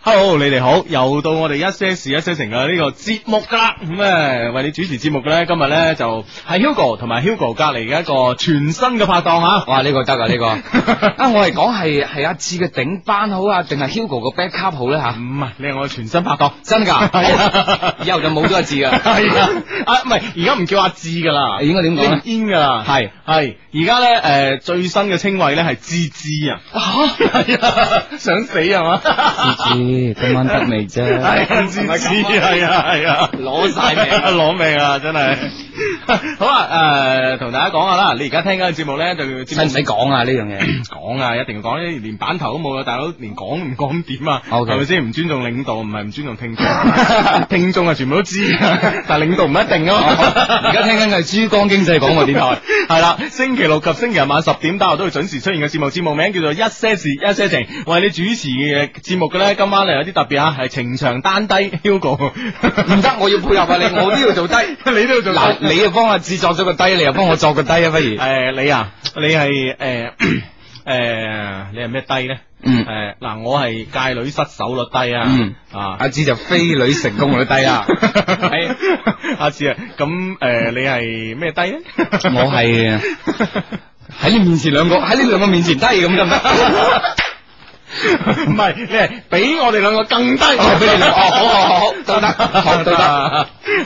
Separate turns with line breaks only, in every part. Hello，你哋好，又到我哋一些事一些情嘅呢個節目噶啦，咁誒為你主持節目嘅咧，今日咧就係 Hugo 同埋 Hugo 隔離嘅一個全新嘅拍檔啊！
哇！呢、個得啊， 呢、個啊，我係講係係阿志嘅頂班好啊，定係 Hugo 個 back up 好咧吓？
唔係，你係我嘅全新拍檔，係
真㗎，
啊，
以後就冇咗阿 志啊！
係啊，啊唔係，而家唔叫阿志噶啦，
應該點講咧？啊
英噶啦，啊係係，而家咧誒最新嘅稱謂咧係芝芝啊，係啊， 想死係嘛？
志今晚得未啫
係啊，芝芝係啊係啊。
攞晒命，
攞命啊！真係好啊！誒、同大家講下啦，你而家聽緊嘅節目咧，就
使唔使講啊？呢 樣嘢
講啊？一定要講，因為連版頭都冇啊！大佬連講唔講點啊？
OK
係咪先？唔尊重領導，唔係唔尊重聽 眾，聽眾啊全部都知，但係領導唔一定啊嘛。
哦而家聽緊嘅係珠江經濟廣播電 台，
係啦，星期六及星期日晚十點打後都會準時出現嘅節目，節目名叫做《一些事一些情》。為你主持嘅節目嘅咧，今晚咧有啲特別啊，係情場單低 Hugo，
唔得，我要配合啊！你，我都要做 低。
你都要做
嗱，你又幫阿志作咗個低，你又幫我作個低啊，不如？
诶、你啊，你係 诶 ờ, 诶，你係咩低咧？
嗯
诶，嗱，我係界女失手率低啊，
嗯
啊，
阿志就飛女成功率低 啊啦，
係阿志啊，咁诶，你係咩低咧？
我係喺你面前兩個，喺呢兩個面前低咁得唔得？
唔係，你係比我哋兩個更低，
哦俾你兩個哦好好好好都 得好都得，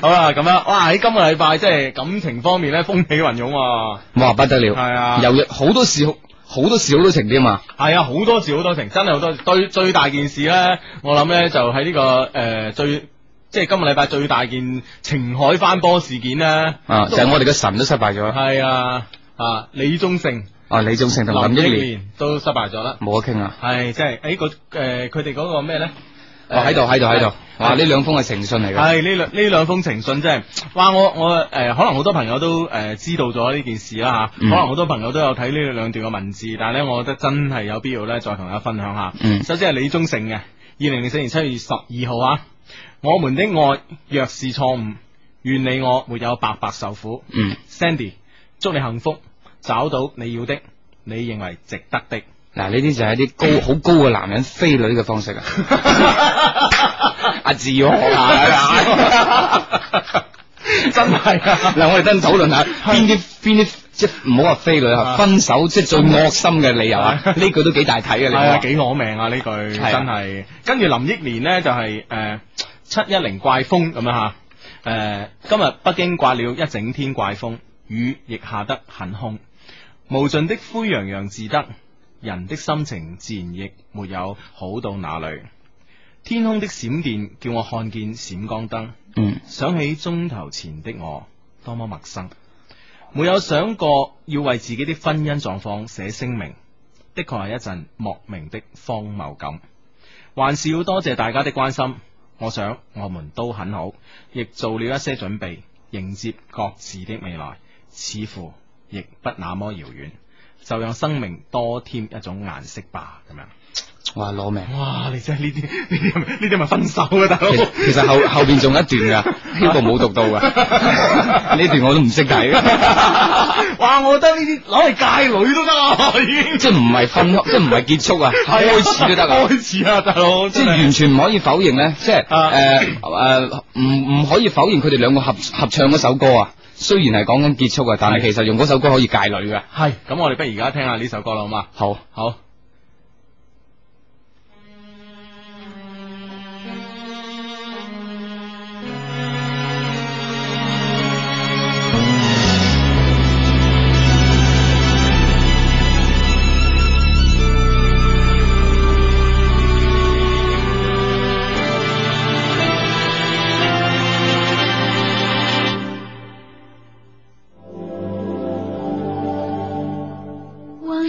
好啦，咁樣，哇！喺今個禮拜即係感情方面咧，風起雲湧喎。
哇，不得了！
係啊
又有好多事，好多事，好多情添啊！
係啊，好多事好多情，真係好多事最最大件事咧，我諗咧就喺呢、個个呃最。即係今個禮拜最大件情海翻波事件咧，
啊，就係我哋嘅神都失敗咗，
係啊啊李宗盛、
啊，李宗盛同林憶蓮
蓮都失敗咗啦，
冇得傾啊！
係即係誒個誒佢哋嗰個咩咧？
哦，喺度喺度喺度，啊
係
哇！呢兩封係情信嚟嘅，
係呢兩呢兩封情信真係，哇！我我誒、呃可能好多朋友都誒、呃知道咗呢件事啦嚇，
嗯
可能好多朋友都有睇呢兩段嘅文字，但係咧，我覺得真係有必要咧，再同大家分享下。
嗯
首先係李宗盛嘅，二零零四年七月十二號啊，我們的愛若是錯誤，願你我沒有白白受苦。
嗯，
Sandy，祝你幸福，找到你要的，你認為值得的。
嗱，呢啲就係啲 高好高嘅男人飛女嘅方式啊！ 阿志要學下 啊，
真係啊！
嗱，我哋真討論下邊啲邊啲，即係唔好話飛女啊，分手即係最惡心嘅理由啊！
係
呢句都幾大體嘅，你
系啊，
話
幾攞命啊呢句
係啊
真係。跟住林憶蓮呢，就係诶七一零怪風咁樣吓，诶、今日北京刮了一整天怪風，雨亦下得很凶，無盡的灰洋洋自得，人的心情自然亦沒有好到哪裏。天空的閃電叫我看見閃光燈。
嗯。
想起鐘頭前的我，多麼陌生。沒有想過要為自己的婚姻狀況寫聲明，的確係一陣莫名的荒謬感。還是要多謝大家的關心，我想我們都很好，亦做了一些準備，迎接各自的未來，似乎亦不那麼遙遠。就讓生命多添一種顏色吧，咁樣。
哇，攞命！
哇！你真係呢啲呢啲咪呢啲咪分手啊 嘅大佬
其實其 實後後邊仲有一段噶，Hugo 冇讀到噶， 呢段我都唔識睇嘅，
哇！我覺得呢啲攞嚟界女都得啊，已經
即係唔係分，即係唔係結束啊，開始都得啊，
開始啊，大佬，
即係完全唔可以否認咧，即係
啊
誒誒，唔唔可以否認佢哋兩個合合唱嗰首歌啊，雖然係講緊結束啊，但係其實用嗰首歌可以界女嘅，
係咁，我哋不如而家聽下呢首歌啦，好嘛？
好。，
好。
往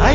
爱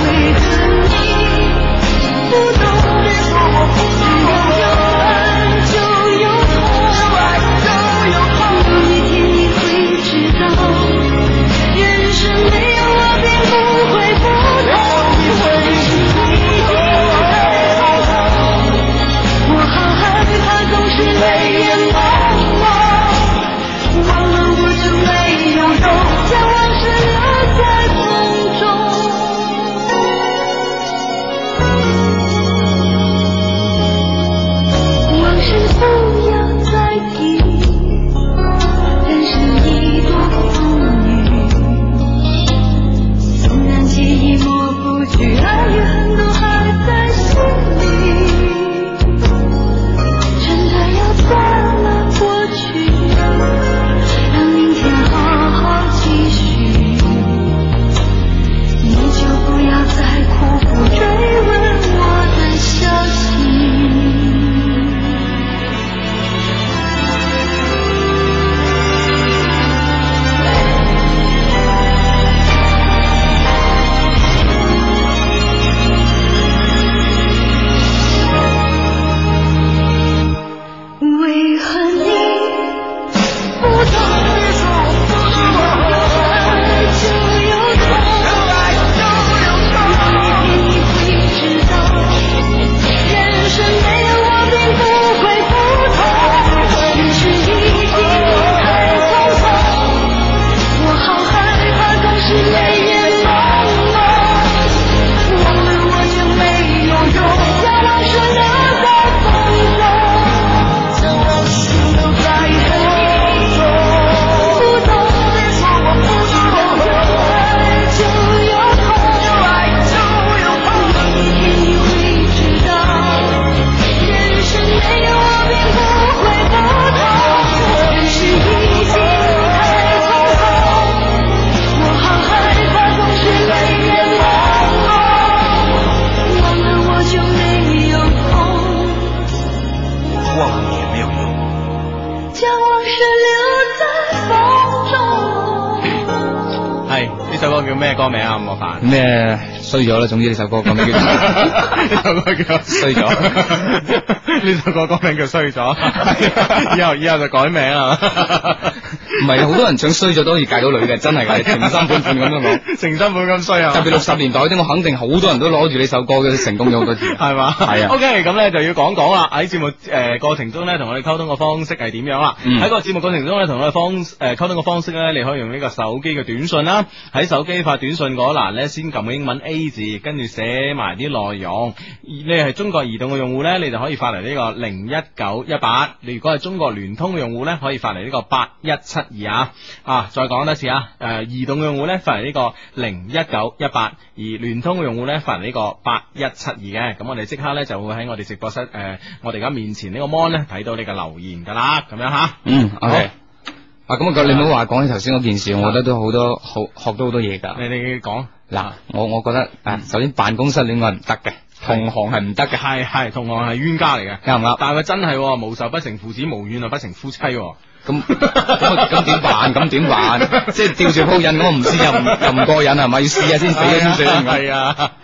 为何你不懂？你说我不懂。只要有爱就有痛，有爱就有痛。有一天你会知道。人生没有我便不会不同，我好害怕总是泪眼朦胧，忘了我就没有用，将往事留在风中，往事不要再提。人生已多风雨，纵然记忆抹不去，爱与恨都还在心里。真的要断了过去，让明天好好继续。你就不要再苦苦追问我的消息。为何你不懂？你说我不懂，有爱就有痛，有爱就有痛。有一天你会知道，人生没有我并不会不同，只是一定太匆匆。我好害怕总是泪眼朦胧，忘了我就没有用，将往事留在风中。
将往事留在风中。
不懂，你说我不懂，有爱就有痛，有爱就有痛。有一天你会知道，人生没有我并不会不同，只是已经太匆匆。我好害怕总是泪眼朦胧，忘了我就没有痛。
忘了也没有用，
将往事留在风中。
系呢首歌叫咩歌名啊？吴莫凡
咩衰咗啦，總之呢首歌個名叫
呢 首歌叫
衰咗
呢首歌歌名叫衰 咗，以後以後就改名啊！
唔係好多人唱衰咗都可以戒到女嘅，真係嘅，情深款款咁樣講。
情深本咁衰啊！
特別六十年代啲，我肯定好多人都攞住呢首歌嘅，成功咗好多次。
系嘛？
係啊
OK，咁咧就要講講啦。喺節目诶過程中咧，同我哋溝通嘅方式係點樣啦？
嗯
喺個節目過程中咧，同我哋方诶沟通嘅方式咧，你可以用呢個手機嘅短信啦。喺手機發短信嗰欄咧，先撳個英文 A 字，跟住寫埋啲內容。你係中國移動嘅用戶咧，你就可以發嚟呢個零一九一八。你如果係中國聯通嘅用戶咧，可以發嚟呢個八一七二啊。啊，再講多次啊，诶、移動嘅用戶咧發嚟呢個零一九一八，而聯通嘅用戶咧發嚟呢個八一七二嘅，咁我哋即刻咧就會喺我哋直播室诶、誒我哋而家面前呢個 mon 咧睇到你嘅留言噶啦，咁樣吓。
嗯
好
，OK。啊，咁啊，你唔好話講起頭先嗰件事，我覺得都好多
啊
好學到好多嘢㗎。
你哋講
嗱，我我覺得啊，首先辦公室戀愛唔得嘅，
嗯
同行係唔得嘅，
係係同行係冤家嚟嘅，
啱唔啱？
但係佢真係喎無仇不成父子，無怨啊不成夫妻喎。
咁咁咁點辦？咁 點辦？即係吊住鋪癮，我唔知又唔又唔過癮啊係咪？要試下先死咗先 算。
系啊，啊，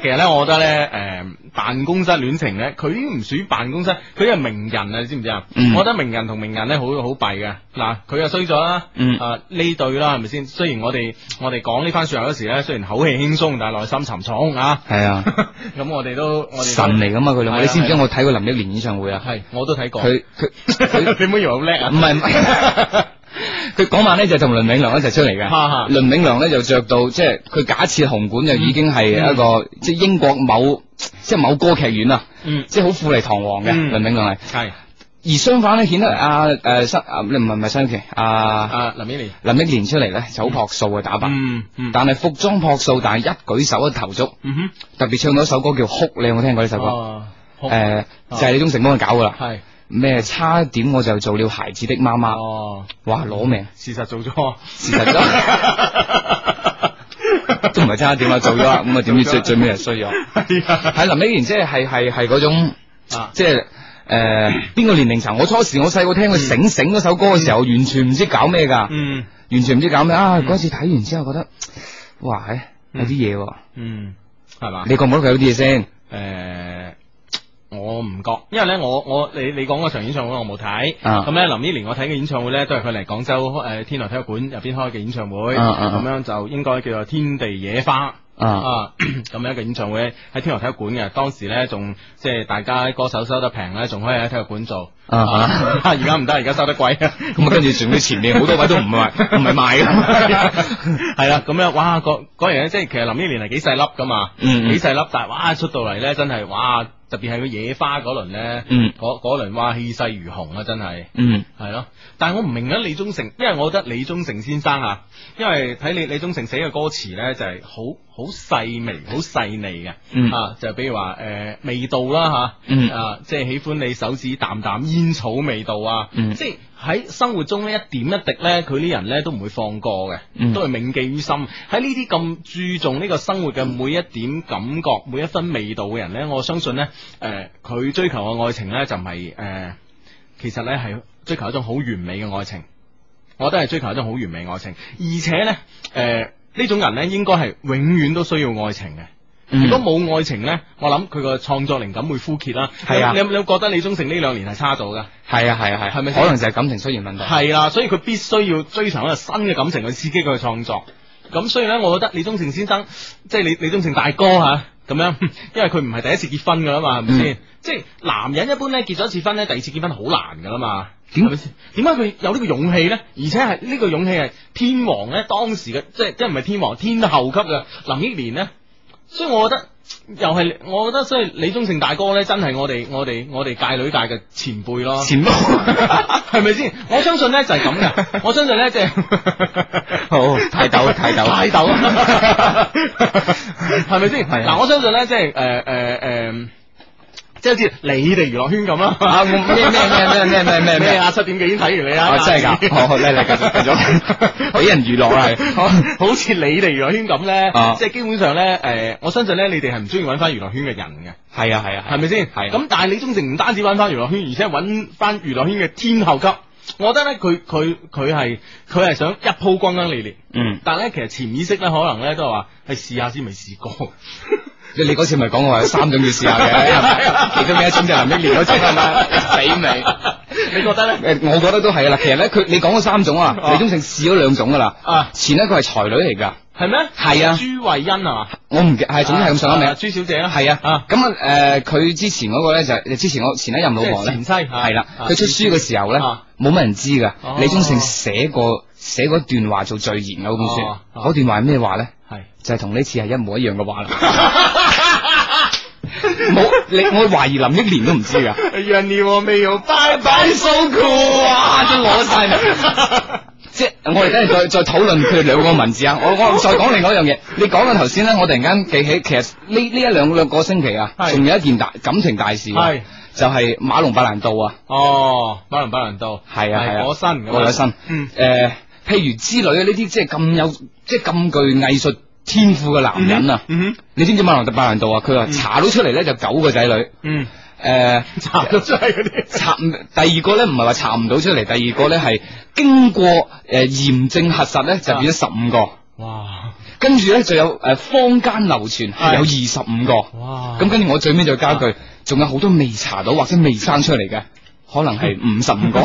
其實咧，我覺得咧，诶、辦公室戀情咧，佢已經唔屬於辦公室，佢係名人啊，你知唔知啊？
嗯
我覺得名人同名人咧，好好弊嘅。嗱，佢又衰咗啦，
嗯
啊呢對啦，係咪先？雖然我哋我哋講呢番说話嗰時咧，雖然口氣輕鬆，但係內心沉重啊。
係啊，
咁我哋都我哋都
神嚟噶嘛佢兩
係啊
個，你知唔知
係啊
我睇過林憶蓮演唱會啊？
係我都睇過。
佢佢佢
你唔好以為好叻啊
唔！係唔係， 佢嗰晚咧就同倫永亮一齊出嚟
哈哈
嘅。倫永亮咧就着到即係佢假設紅館就已經係一個即係英國某即係某歌劇院啊，
嗯，
即係好富麗堂皇嘅，
嗯
明唔明啊？
系
而相反咧，顯得阿誒新啊唔係唔係新奇阿
啊，林美蓮，
林憶蓮出嚟咧就好樸素嘅打扮，
嗯嗯
但係服裝樸素，但係一舉手一投足，
嗯哼，
特別唱到一首歌叫《哭》，你有冇聽過呢首歌？
哦，好
誒就係李宗盛幫佢搞噶啦，
係
咩差一點我就做了孩子的媽媽，
哦，
哇攞命！
事實做咗，
啊事 實咗都唔係差一點啊，做咗啦，咁啊點知最最尾係衰咗。
係
喺林憶蓮即係係係係嗰種
啊，
即係誒邊個年齡層？我初時我細個聽佢醒醒嗰首歌嘅時候，完全唔知搞咩㗎，
嗯
完全唔知搞咩啊！嗰次睇完之後覺得，哇係有啲嘢喎，
嗯，係嘛？
你覺唔覺得佢有啲嘢先？
诶、呃我唔覺，因為咧，我我你你講嗰場演唱會我冇睇，
啊
咁咧林憶蓮我睇嘅演唱會咧都係佢嚟廣州诶、誒天河體育館入邊開嘅演唱會，咁、
啊啊啊
樣就應該叫做天地野花。
啊
啊，咁樣一個演唱會喺天河體育館嘅，當時咧仲即係大家歌手收得平咧，仲可以喺體育館做。
啊啊！
啊 而家唔得，而家收得貴啊。
咁啊，跟住全部前面好多位都唔係唔係賣 㗎。
係啦，咁樣哇，嗰嗰樣嘢即係其實林憶蓮係幾細粒噶嘛，
嗯嗯
幾細粒，但係哇出到嚟咧真係哇，特別係佢野花嗰輪咧，
嗯
嗰嗰輪哇氣勢如虹啊，真係。
嗯
係咯，但係我唔明啊李宗盛，因為我覺得李宗盛先生啊，因為睇李李宗盛寫嘅歌詞咧就係好好細微、好細膩嘅，
嗯
啊，就比如話誒、呃味道啦嚇，
嗯
啊，即係喜歡你手指淡淡煙草味道啊，
嗯
即係喺生活中呢一點一滴咧，佢啲人咧都唔會放過嘅，
嗯
都係銘記於心。喺呢啲咁注重呢個生活嘅每一點感覺、每一分味道嘅人咧，我相信咧，誒、佢追求嘅愛情咧就唔係誒。呃其實咧係追求一種好完美嘅愛情，我覺得係追求一種好完美嘅愛情，而且咧，诶、呢種人咧應該係永遠都需要愛情嘅。
嗯
如果冇愛情咧，我諗佢個創作靈感會枯竭啦。
係啊
你有你有冇覺得李宗盛呢兩年係差咗噶？
係啊係啊係，
係咪先
可能就係感情出現問題。
係啦、所以佢必須要追求一個新嘅感情去刺激佢嘅創作。咁所以咧，我覺得李宗盛先生，即係李李宗盛大哥吓咁樣， 因為佢唔係第一次結婚噶啦嘛，係咪
嗯
先？即係男人一般咧結咗一次婚咧，第二次結婚好難噶啦嘛，
點
係咪先？點解佢有呢個勇氣咧？而且係呢個勇氣係天王咧，當時嘅即係即係唔係天王，天后級嘅林憶蓮咧。所以我覺得又係，我覺得所以李宗盛大哥咧，真係我哋我哋我哋界女界嘅前輩咯。
前路
系咪先？我相信咧就係咁嘅，我相信咧即係
好 睇到睇到
太 斗，係咪先？
係啊
嗱，我相信咧即係诶诶诶，誒即係好似你哋娛樂圈咁啦。
啊！我咩咩咩咩咩咩咩
咩
咩啊！
啊？七點幾已經睇完你啊！
啊，真 係㗎！好，嚟嚟繼續繼續，俾人娛樂啦，
好
係
好似你哋娛樂圈咁咧
啊，
即係基本上咧，诶，我相信咧，你哋係唔中意揾翻娛樂圈嘅人嘅。
係啊係啊，
系咪先？
係啊
咁，但係李宗盛唔單止揾翻娛樂圈，而且揾翻娛樂圈嘅天后級。我覺得咧，佢佢佢係佢係想一鋪轟轟烈烈，
嗯，
但係咧其實潛意識咧，可能咧都係話係試下先未試過。
你你嗰次咪講我話有三種要試 下嘅，啊其中有一種就係林憶蓮嗰種係咪？
你覺得咧？
死啊未？誒，我覺得都係啦。其實咧，佢你講嗰三種啊，
啊
李宗盛試咗兩種噶啦。
啊，
前一個係才女嚟㗎，
係咩？
係啊
朱慧欣係嘛？
我唔記係總之係咁上下
啊
名。
朱小姐啦，
係啊
啊，，
咁啊誒，佢之前嗰個咧就係之前我前一任老
即
婆
係
咧
前。妻係
系啦，佢出書嘅時候咧
啊，
冇乜人知噶
哦。
李宗盛寫過寫嗰段話做序言嘅嗰本
哦
書，
哦
嗰段話係咩話咧？
係
就係同呢次係一模一樣嘅話啦。冇你，我懷疑林憶蓮都唔知噶。
讓你我沒有拜拜 so cool
哇！都攞晒嚟，即係我哋等陣再再討論佢哋兩個文字啊！我 我再講另外一樣嘢，你講到頭先咧，我突然間記起，其實呢呢一兩兩個星期啊，
係
仲有一件大感情大事啊，
係
就係馬龍白蘭度啊。
哦，巴倫巴倫道
係啊係啊
我身㗎嘛
我有身
嗯
诶、譬如之類嘅呢啲，即係咁有，即係咁具藝術天賦嘅男人啊，
嗯哼
你知唔知馬龍特拜蘭道啊？佢話查到出嚟咧就九個仔女，
嗯，
诶、
查得出嚟嗰啲。
查唔第二個咧唔係話查唔到出嚟，第二個咧係經過诶驗證核實咧
啊
就變咗十五個，
哇
跟住咧就有诶、呃坊間流傳
係啊
有二十五個，
哇
咁跟住我最尾就加句，仲有好多未查到或者未生出嚟嘅，可 能係五十五個。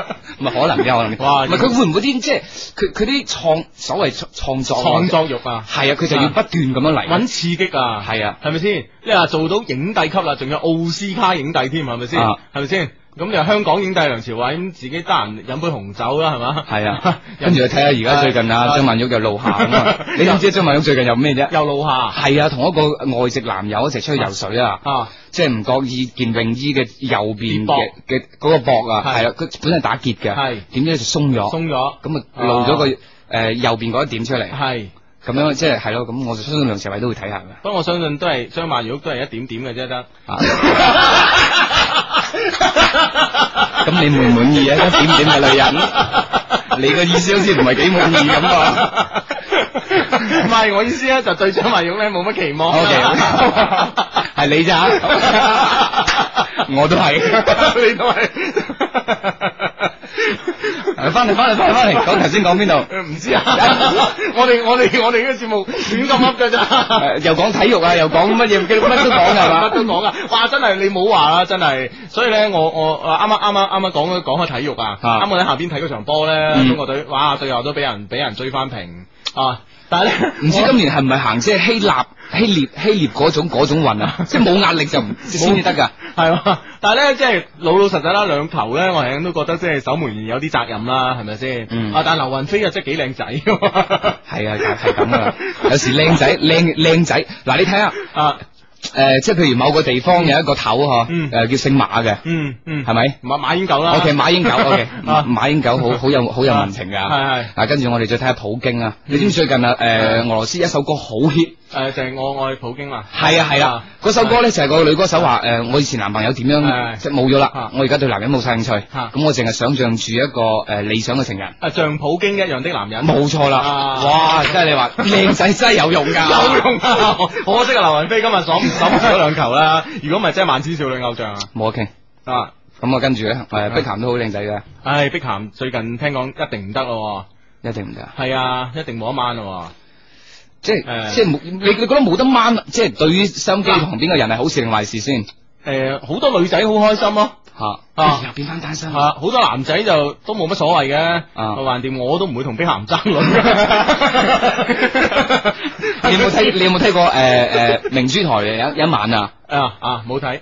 唔係可能嘅，可能嘅
哇
唔係佢會唔會啲即係佢佢啲創所謂創創作啊
創作欲啊，
係啊，佢就要不斷咁樣嚟
揾刺激啊，
係啊
係咪先？你話做到影帝級啦，仲有奧斯卡影帝添，係咪先？
啊
係咪先？咁你話香港影帝梁朝偉咁自己得閒飲杯紅酒啦，係嘛？
係啊， 跟住你睇下而家最近啊，張曼玉又露下咁 啊，你知唔知張曼玉最近有咩啫？
又露下
係啊，同一個外籍男友一齊出去游水啊，
啊，
即係唔覺意件泳衣嘅右邊
跌膊
嘅嘅嗰個膊啊，
係
係啦，佢本身係打結嘅，
係
點知就鬆咗，
鬆咗，
咁啊露咗個誒右邊嗰一點出嚟，
係。
咁樣即係係咯，咁我就相信梁朝偉都會睇下嘅。
不過我相信都係張曼玉都係一點點嘅啫 得。
啊咁你滿唔滿意啊？一點點嘅女 人，你個意思好似唔係幾滿意咁啊？
唔係我意思咧，就對張曼玉咧冇乜期望。啊
O K，係你咋？ 我都係。
你都 係。
翻嚟翻嚟翻嚟翻嚟，講頭先講邊度？
唔知啊， 我哋我哋我哋呢個節目亂咁噏㗎咋。
誒又講體育啊，又講乜嘢，乜都講㗎 係
乜都
嘛？
講啊！哇，真係你冇話啦，真係。所以咧，我我我啱啱啱啱啱啱講講開體育啊，
啊
啱我喺下邊睇嗰場波咧，
嗯
中國隊哇，最後都俾人俾人追翻平啊！但係咧，
唔知今年係唔係行即係希臘、希臘、希臘嗰種嗰 種運啊？即係冇壓力就唔先至得㗎。
係嘛？但係咧，即係老老實實啦，兩頭咧，我係都覺得即係守門員有啲責任啦，係咪先？
嗯
啊，但劉雲飛啊，真係幾靚仔喎
係啊，係係咁噶啦。有時靚仔靚靚仔，嗱你睇下，誒、
啊！
即係譬如某個地方有一個頭嗬，誒、
嗯
叫姓馬嘅，
嗯嗯，
係咪？
馬馬英九啦
O K，馬英 九，O 嗯 K，
啊
馬英九好好有 好有文情
係
噶。
係
嗱，啊跟住我哋再睇下普京啊，
嗯
你知唔知最近啊？誒，俄羅斯一首歌好 hit，
誒，呃就係我愛普京啦。
係啊係啊，嗰首歌咧就係個女歌手話誒，我以前男朋友點
啊係
樣即係冇咗
啊
啦，我而家對男人冇晒興趣，
啊
咁我淨係想象住一個誒理想嘅情人。
啊，像普京一樣的男人。
冇錯啦，
啊
哇！真係你 話靚仔真係有用㗎，
有用啊！ 可惜啊，劉雲飛今日爽爽咗兩球啦。如果唔係，真係萬千少女偶像啊！
冇得傾。
啊，
咁啊，跟住咧，誒，
嗯
碧咸都好靚仔嘅，
唉，碧咸最近聽講一定唔得咯
一定唔得啊。
喎，係啊，一定冇一晚咯
即係、
誒
即係冇，你你覺得冇得掹，即係對於收音機旁邊嘅人係好事定壞事先吓？
喎。誒，好多女仔好開心咯，啊
又變翻單身
吓， 好多男仔就都冇乜所謂嘅。
嗯啊
橫掂我都唔會同碧咸爭女嘅。
你有冇睇？你有冇睇過誒誒、呃明珠台有有一晚啊，
啊啊，冇睇。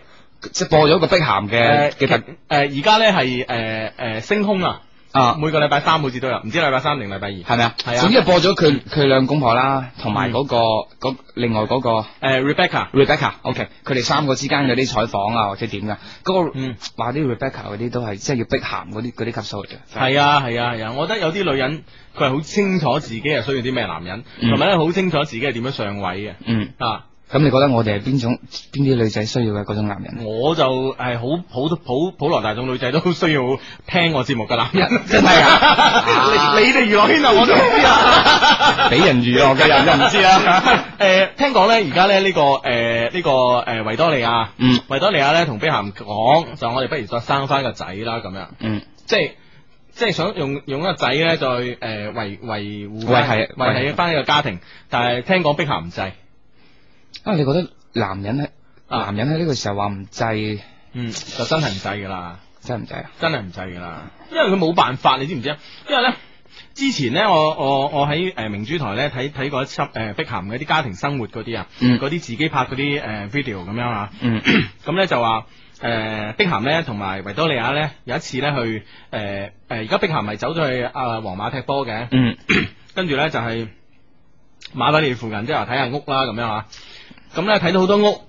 即係播咗個碧咸嘅
誒
嘅特，
呃而家咧係誒誒星空啊，
啊，
每個禮拜三好似都有，唔知禮拜三定禮拜二。
係咪啊？
係啊嗯
總之係播咗佢佢兩公婆啦，同埋嗰個嗰另外嗰個
誒呃 Rebecca，
Rebecca，OK，佢哋三個之間嗰啲採訪啊或者點噶，嗰、個
嗯
話啲 Rebecca 嗰啲都係即係要碧咸嗰啲嗰啲級數嚟嘅。
係啊係啊係啊，我覺得有啲女人佢係好清楚自己係需要啲咩男人，
嗯
同埋咧好清楚自己係點樣上位嘅
嗯。
啊！
咁你覺得我哋係邊種邊啲女仔需要嘅嗰種男人咧？
我就係好普普普羅大眾女仔都需要聽我節目嘅 男人，
真係啊
你你哋娛樂圈啊，我就唔知啊。
俾人娛樂嘅人就唔知 啊啦。
誒，呃聽講咧，而家咧呢個誒呢個誒維多利亞，
嗯
維多利亞咧同碧咸講，就我哋不如再生翻個仔啦，咁樣。
嗯，
即係即係想用用一個仔咧，再誒維維護
維係嗯
維係翻呢個家庭，但係聽講碧咸唔制，
啊，你覺得男人喺
啊
男人喺呢個時候話唔制，
嗯，就真係唔制噶啦，
真係唔制啊？
真係唔制噶啦，因為佢冇辦法，你知唔知啊？因為咧。之前咧，我我我喺誒明珠台咧睇睇過一輯誒碧咸嘅啲家庭生活嗰啲啊，
嗯
嗰啲自己拍嗰啲誒 video 咁樣啊，
嗯
咁咧就話誒碧咸咧同埋維多利亞咧有一次咧去誒誒而家碧咸咪走咗去啊皇馬踢波嘅，
嗯
跟住咧就係馬德里附近，即係話睇下屋啦咁樣啊。咁咧睇到好多屋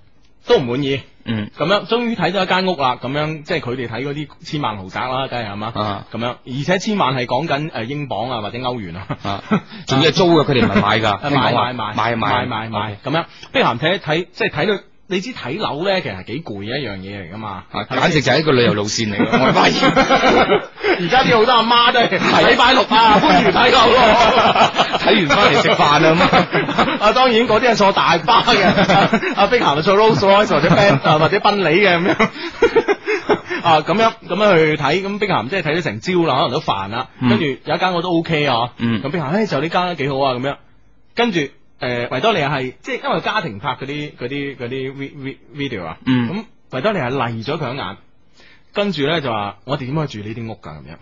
都唔滿意，
嗯
咁樣終於睇到一間屋啦，咁樣即係佢哋睇嗰啲千萬豪宅啦，梗係係嘛，
啊
咁樣而且千萬係講緊誒英鎊啊或者歐元啊。
啊，仲要係租嘅，佢哋唔係買㗎，
買
聽講
買
話
買
買啊
買
買
買買咁樣，碧咸睇一睇即係睇到，你知睇樓咧其實係幾攰嘅一樣嘢嚟噶嘛，
啊，簡直就係一個旅遊路線嚟 嘅。我發現
而家啲好多阿媽
哎
都係禮拜六啊，番禺睇樓咯，
睇完翻嚟食飯啊嘛。
啊，當然嗰啲係坐大巴 嘅，啊阿碧咸就坐 Rolls Royce 或者 Ben 啊或者賓利嘅咁樣。 啊，咁樣咁樣去睇，咁碧咸即係睇咗成朝啦，可能都煩啦。
嗯
跟住有一間我都 OK 啊，
嗯
咁碧咸，唉，就呢間啦幾好啊，咁樣。跟住誒維多利亞係即係因為家庭拍嗰啲嗰啲嗰啲 vi- vi- video 啊，
嗯
咁維多利亞嚟咗佢一眼，跟住咧就話我哋點可以住呢啲屋㗎咁樣。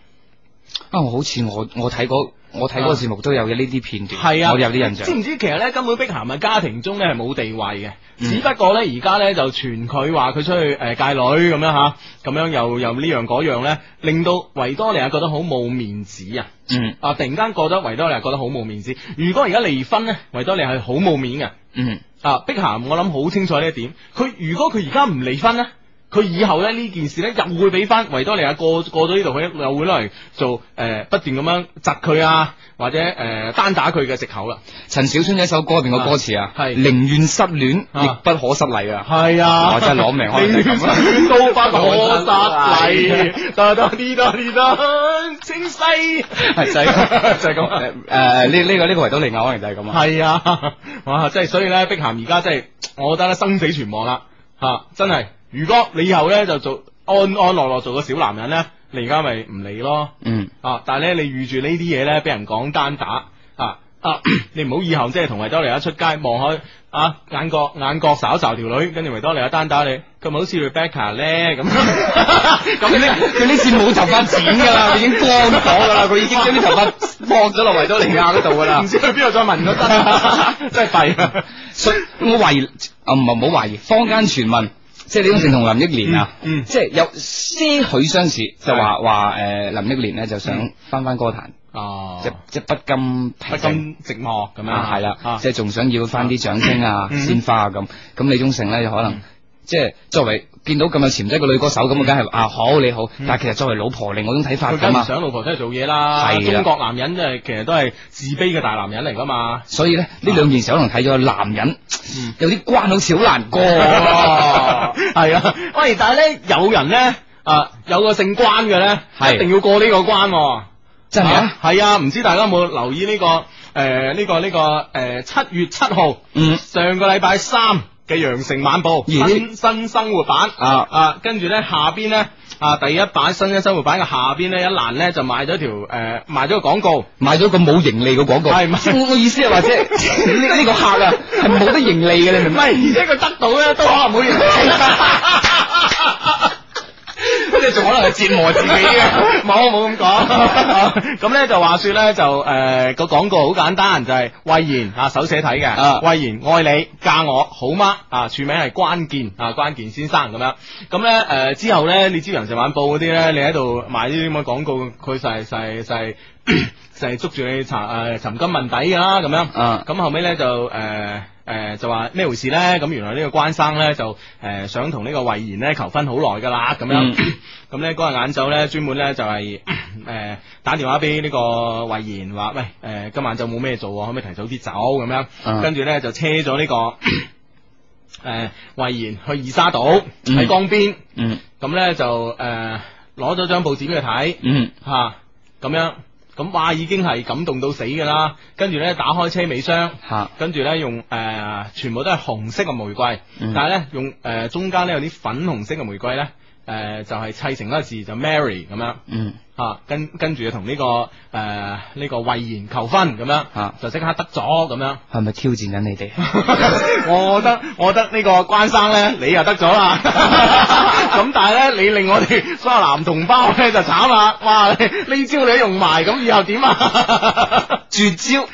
啊，好似我我睇嗰我睇嗰個節目都有嘅呢啲片段，
系啊，
我有啲印
知
象。
唔知其實咧，根本碧咸喺家庭中咧係冇地位嘅，
嗯
只不過咧而家咧就傳佢話佢出去诶界女咁樣吓，咁樣又又呢樣嗰樣咧，令到維多利亞覺得好冇面子啊！
嗯
啊，突然間覺得維多利亞覺得好冇面子。如果而家離婚咧，維多利亞係好冇面嘅。
嗯，
啊，碧咸我諗好清楚呢一點。佢如果佢而家唔離婚咧，佢以後咧呢件事咧又會俾翻維多利亞過過咗呢度，佢又會攞嚟做诶、呃不斷咁樣窒佢啊，或者诶、呃、單打佢嘅藉口啦。
陳小春嘅一首歌入邊個歌詞啊，
係
寧願失戀
啊
亦不可失禮啊。
系
我真係攞命可能就
寧
係
願
咁啦
失戀都不可殺禮，得得啲得啲得，清晰。
係 就係就係咁。 誒呢呢個呢個維多利亞可能 就係咁啊。
系啊，哇！即系所以咧，碧咸而家真系，我觉得咧生死存亡啦，吓、真系。如果你以后咧就做安安乐乐做个小男人咧，你而家咪唔理咯，
嗯
啊！但系咧你遇住呢啲嘢咧，俾人講單打啊啊！ 你唔好以後即係同維多利亞出街望開啊，眼角眼角睄睄條女，跟住維多利亞單打你，佢咪好似 Rebecca 咧咁 咁
佢呢
呢？
佢呢次冇頭髮剪㗎 啦，佢已經光咗㗎 啦，佢已經將啲頭髮放咗落維多利亞嗰度㗎啦
唔。知去邊度再問都得， 真係弊啊！
所以我懷疑啊，唔係冇懷疑，坊間傳聞，即係李宗盛同林憶蓮啊，
嗯嗯
即係有些許相似，就話話誒林憶蓮咧就想翻翻歌壇，
哦
即即嗯不甘
不
平靜。
甘寂寞咁樣
啊，係啦
啊，
即係仲想要翻啲掌聲啊、
嗯
鮮花啊咁。咁李宗盛咧，就可能即係作為見到咁有潛質嘅女歌手，咁我梗係啊好你好
嗯。
但係其實作為老婆另外一種睇法啊
佢
㗎
梗唔
嘛。
想老婆出去做嘢啦。
係
中
啦
國男人誒，其實都係自卑嘅大男人嚟噶嘛。
所以咧，呢兩件事可能睇咗男人
嗯
有啲關好似好難過 喎。
係啊，喂，但係咧，有人咧啊，有個姓關嘅咧，
係
一定要過呢個關喎。
真係啊
啊？係啊，唔知大家有冇留意呢個誒呢個呢個誒七月七號
嗯
上個禮拜三嘅《羊城晚報》
咦
新新生活版
啊
啊，跟住咧下邊咧啊第一版新嘅生活版嘅下邊咧一欄咧就賣咗條誒賣咗個廣告。
買咗個冇盈利嘅廣告，
係唔係
即係我我意思係話即係呢呢個客啊係冇得盈利嘅，
唔
你明唔明？
係，而且佢得到咧都可能 冇人
佢哋仲可能係折磨自己 嘅。
啊冇冇咁
啊
講， 咁咧就話説咧就誒個廣告好簡單，就係慧妍啊手寫體
啊
嘅，慧妍愛你嫁我好嗎？啊署名係關鍵啊關鍵先生咁樣，咁咧誒之後咧你知《羊城晚報》嗰啲咧，你喺度買呢啲咁嘅廣告，佢就係就係就係就係捉住你查誒尋根問底㗎啦咁樣。
啊
咁後尾咧就誒誒、呃呃就話咩回事咧？咁原來呢個關生咧就誒、呃想同呢個慧妍咧求婚好耐㗎啦，咁樣
嗯
咁咧嗰日晏晝咧專門咧就係、 呃打電話俾呢個慧妍話喂誒、呃今晚就冇咩做喎，可唔可以提早啲走咁樣？
嗯
跟住咧就車咗 呢、個誒慧妍去二沙島
嗯
喺江邊，
嗯
咁咧就誒攞咗張報紙俾佢睇。
嗯
吓咁、样，咁哇已經係感動到死㗎啦，跟住咧打開車尾箱。
嚇
跟住咧用誒、呃全部都係紅色嘅玫瑰，
嗯
但係咧用誒、呃中間咧有啲粉紅色嘅玫瑰咧，誒、就係、砌成一個字就 Mary 咁樣
嗯
啊，跟跟住就同呢、個呃誒呢、個慧妍求婚咁樣，
啊
就即刻得咗咁樣。
係咪挑戰緊你哋？
我覺得我覺得呢個關生咧，你又得咗啦。 咁但係咧，你令我哋所有男同胞咧就慘啦。哇！你呢招你都用埋，咁以後點啊？
絕招，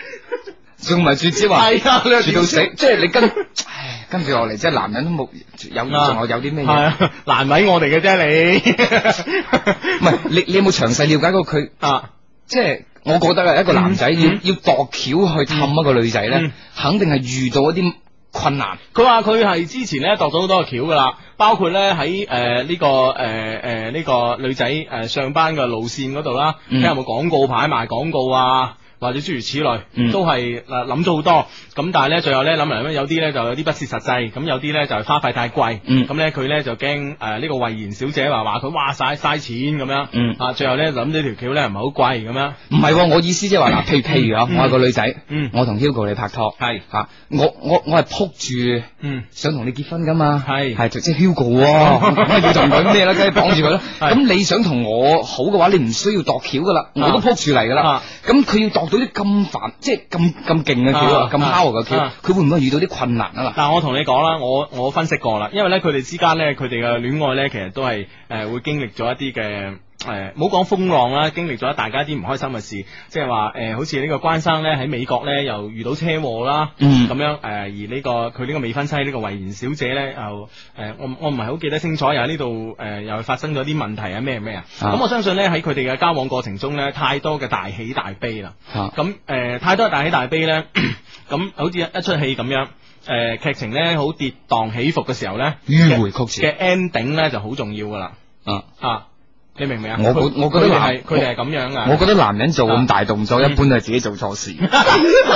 仲唔係絕招啊？
係啊你又
絕到死
點，
即係你跟，唉，跟住落嚟，即係男人都冇有仲有有啲咩
啊係
嘢？
啊 難為我哋嘅啫，你
唔係你你有冇詳細了解過佢？
啊。
即係我覺得啊，一個男仔要
嗯
要度橋去氹一個女仔咧
嗯，
肯定係遇到一啲困難。
佢話佢係之前咧度咗好多個橋噶啦，包括咧喺誒呢個誒誒呢個女仔誒、呃上班嘅路線嗰度啦，睇
嗯
下有冇廣告牌賣廣告啊。或者諸如此類，
嗯
都係呃諗咗好多，咁但係咧，最後咧諗嚟諗去，有啲咧就有啲不切實際，咁有啲咧就係花費太貴，
嗯
咁咧佢咧就驚誒呢個慧妍小姐話話佢哇晒嘥錢咁樣，
嗯
啊最後咧諗咗條橋咧唔係好貴咁樣，
唔係喎，我意思即係話嗱，譬如譬如啊，
嗯
我係個女仔，
嗯
我同 Hugo 你拍拖，
係
吓、我我我係撲住
嗯
想同你結婚噶嘛，
係
係即係 Hugo 喎、咁啊要同佢咩啦，梗係綁住佢啦。
係
咁你想同我好嘅話，你唔需要度橋噶啦，我都撲住嚟噶啦
啊。
咁佢、要度到啲咁煩，即係咁咁勁嘅橋
啊，
啊咁 power 嘅橋，佢、
啊
會唔會遇到啲困難啊？嗱，
但我同你講啦，我我分析過啦，因為咧佢哋之間咧，佢哋嘅戀愛咧，其實都係誒、呃、會經歷咗一啲嘅诶，冇講風浪啦，經歷咗大家啲唔開心嘅事，即係話诶，誒好似呢個關生咧喺美國咧又遇到車禍啦，
嗯
咁樣诶，誒而呢、個佢呢個未婚妻呢、個慧妍小姐咧又诶，我我唔係好記得清楚，又喺呢度诶又發生咗啲問題啊咩咩啊，
啊
咁我相信咧喺佢哋嘅交往過程中咧，太多嘅大喜大悲啦，
啊
咁诶、誒太多嘅大喜大悲咧， 咁好似一一出戲咁樣，诶、劇情咧好跌宕起伏嘅時候咧，
迂回曲折
嘅 ending 咧就好重要噶啦。
啊！
啊，你明唔明啊？
我
佢
覺我覺得
佢哋
男
係佢哋係咁樣
我
噶。
覺得男人做咁大動作，
啊嗯
一般都係自己做錯事。
呢啲係呢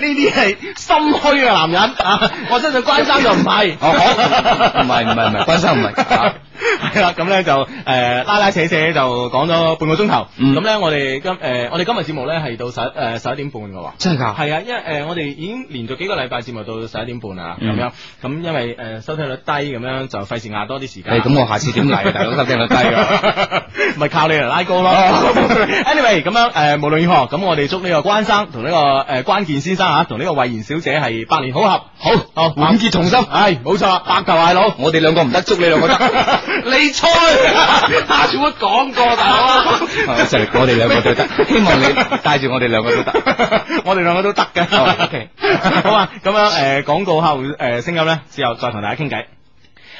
啲係心虛嘅男人啊！我相信關生就唔係。
哦，好，唔係唔係唔係，關生唔係。啊
係啦，咁咧就诶拉拉扯扯就講咗半個鐘頭。
嗯
咁咧我哋今诶我哋今日節目咧係到十诶十一點半嘅喎。
真係㗎？
係啊，因為诶、呃我哋已經連續幾個禮拜節目到十一點半啦，咁、
嗯
樣咁因為诶、呃收聽率低，咁樣就費事壓多啲時 間。
誒，哎咁我下次點嚟啊？大佬收聽率低啊！
咪靠你嚟拉高 咯。anyway，咁樣诶、呃，無論如何，咁我哋祝呢個關生同呢、個个呃關健先生啊，同呢個慧妍小姐係百年好 合，
好，
好
永結同心。
系冇錯，白頭偕 老。
我哋兩個唔得，祝你兩個得。
你 吹，下次我講 過大佬。
啊就係我哋兩個都得，希望你帶住我哋兩個 都得。
我哋兩個都得嘅。
哦，OK
好啊，咁樣诶，廣告客戶诶聲音咧，之後再同大家傾偈。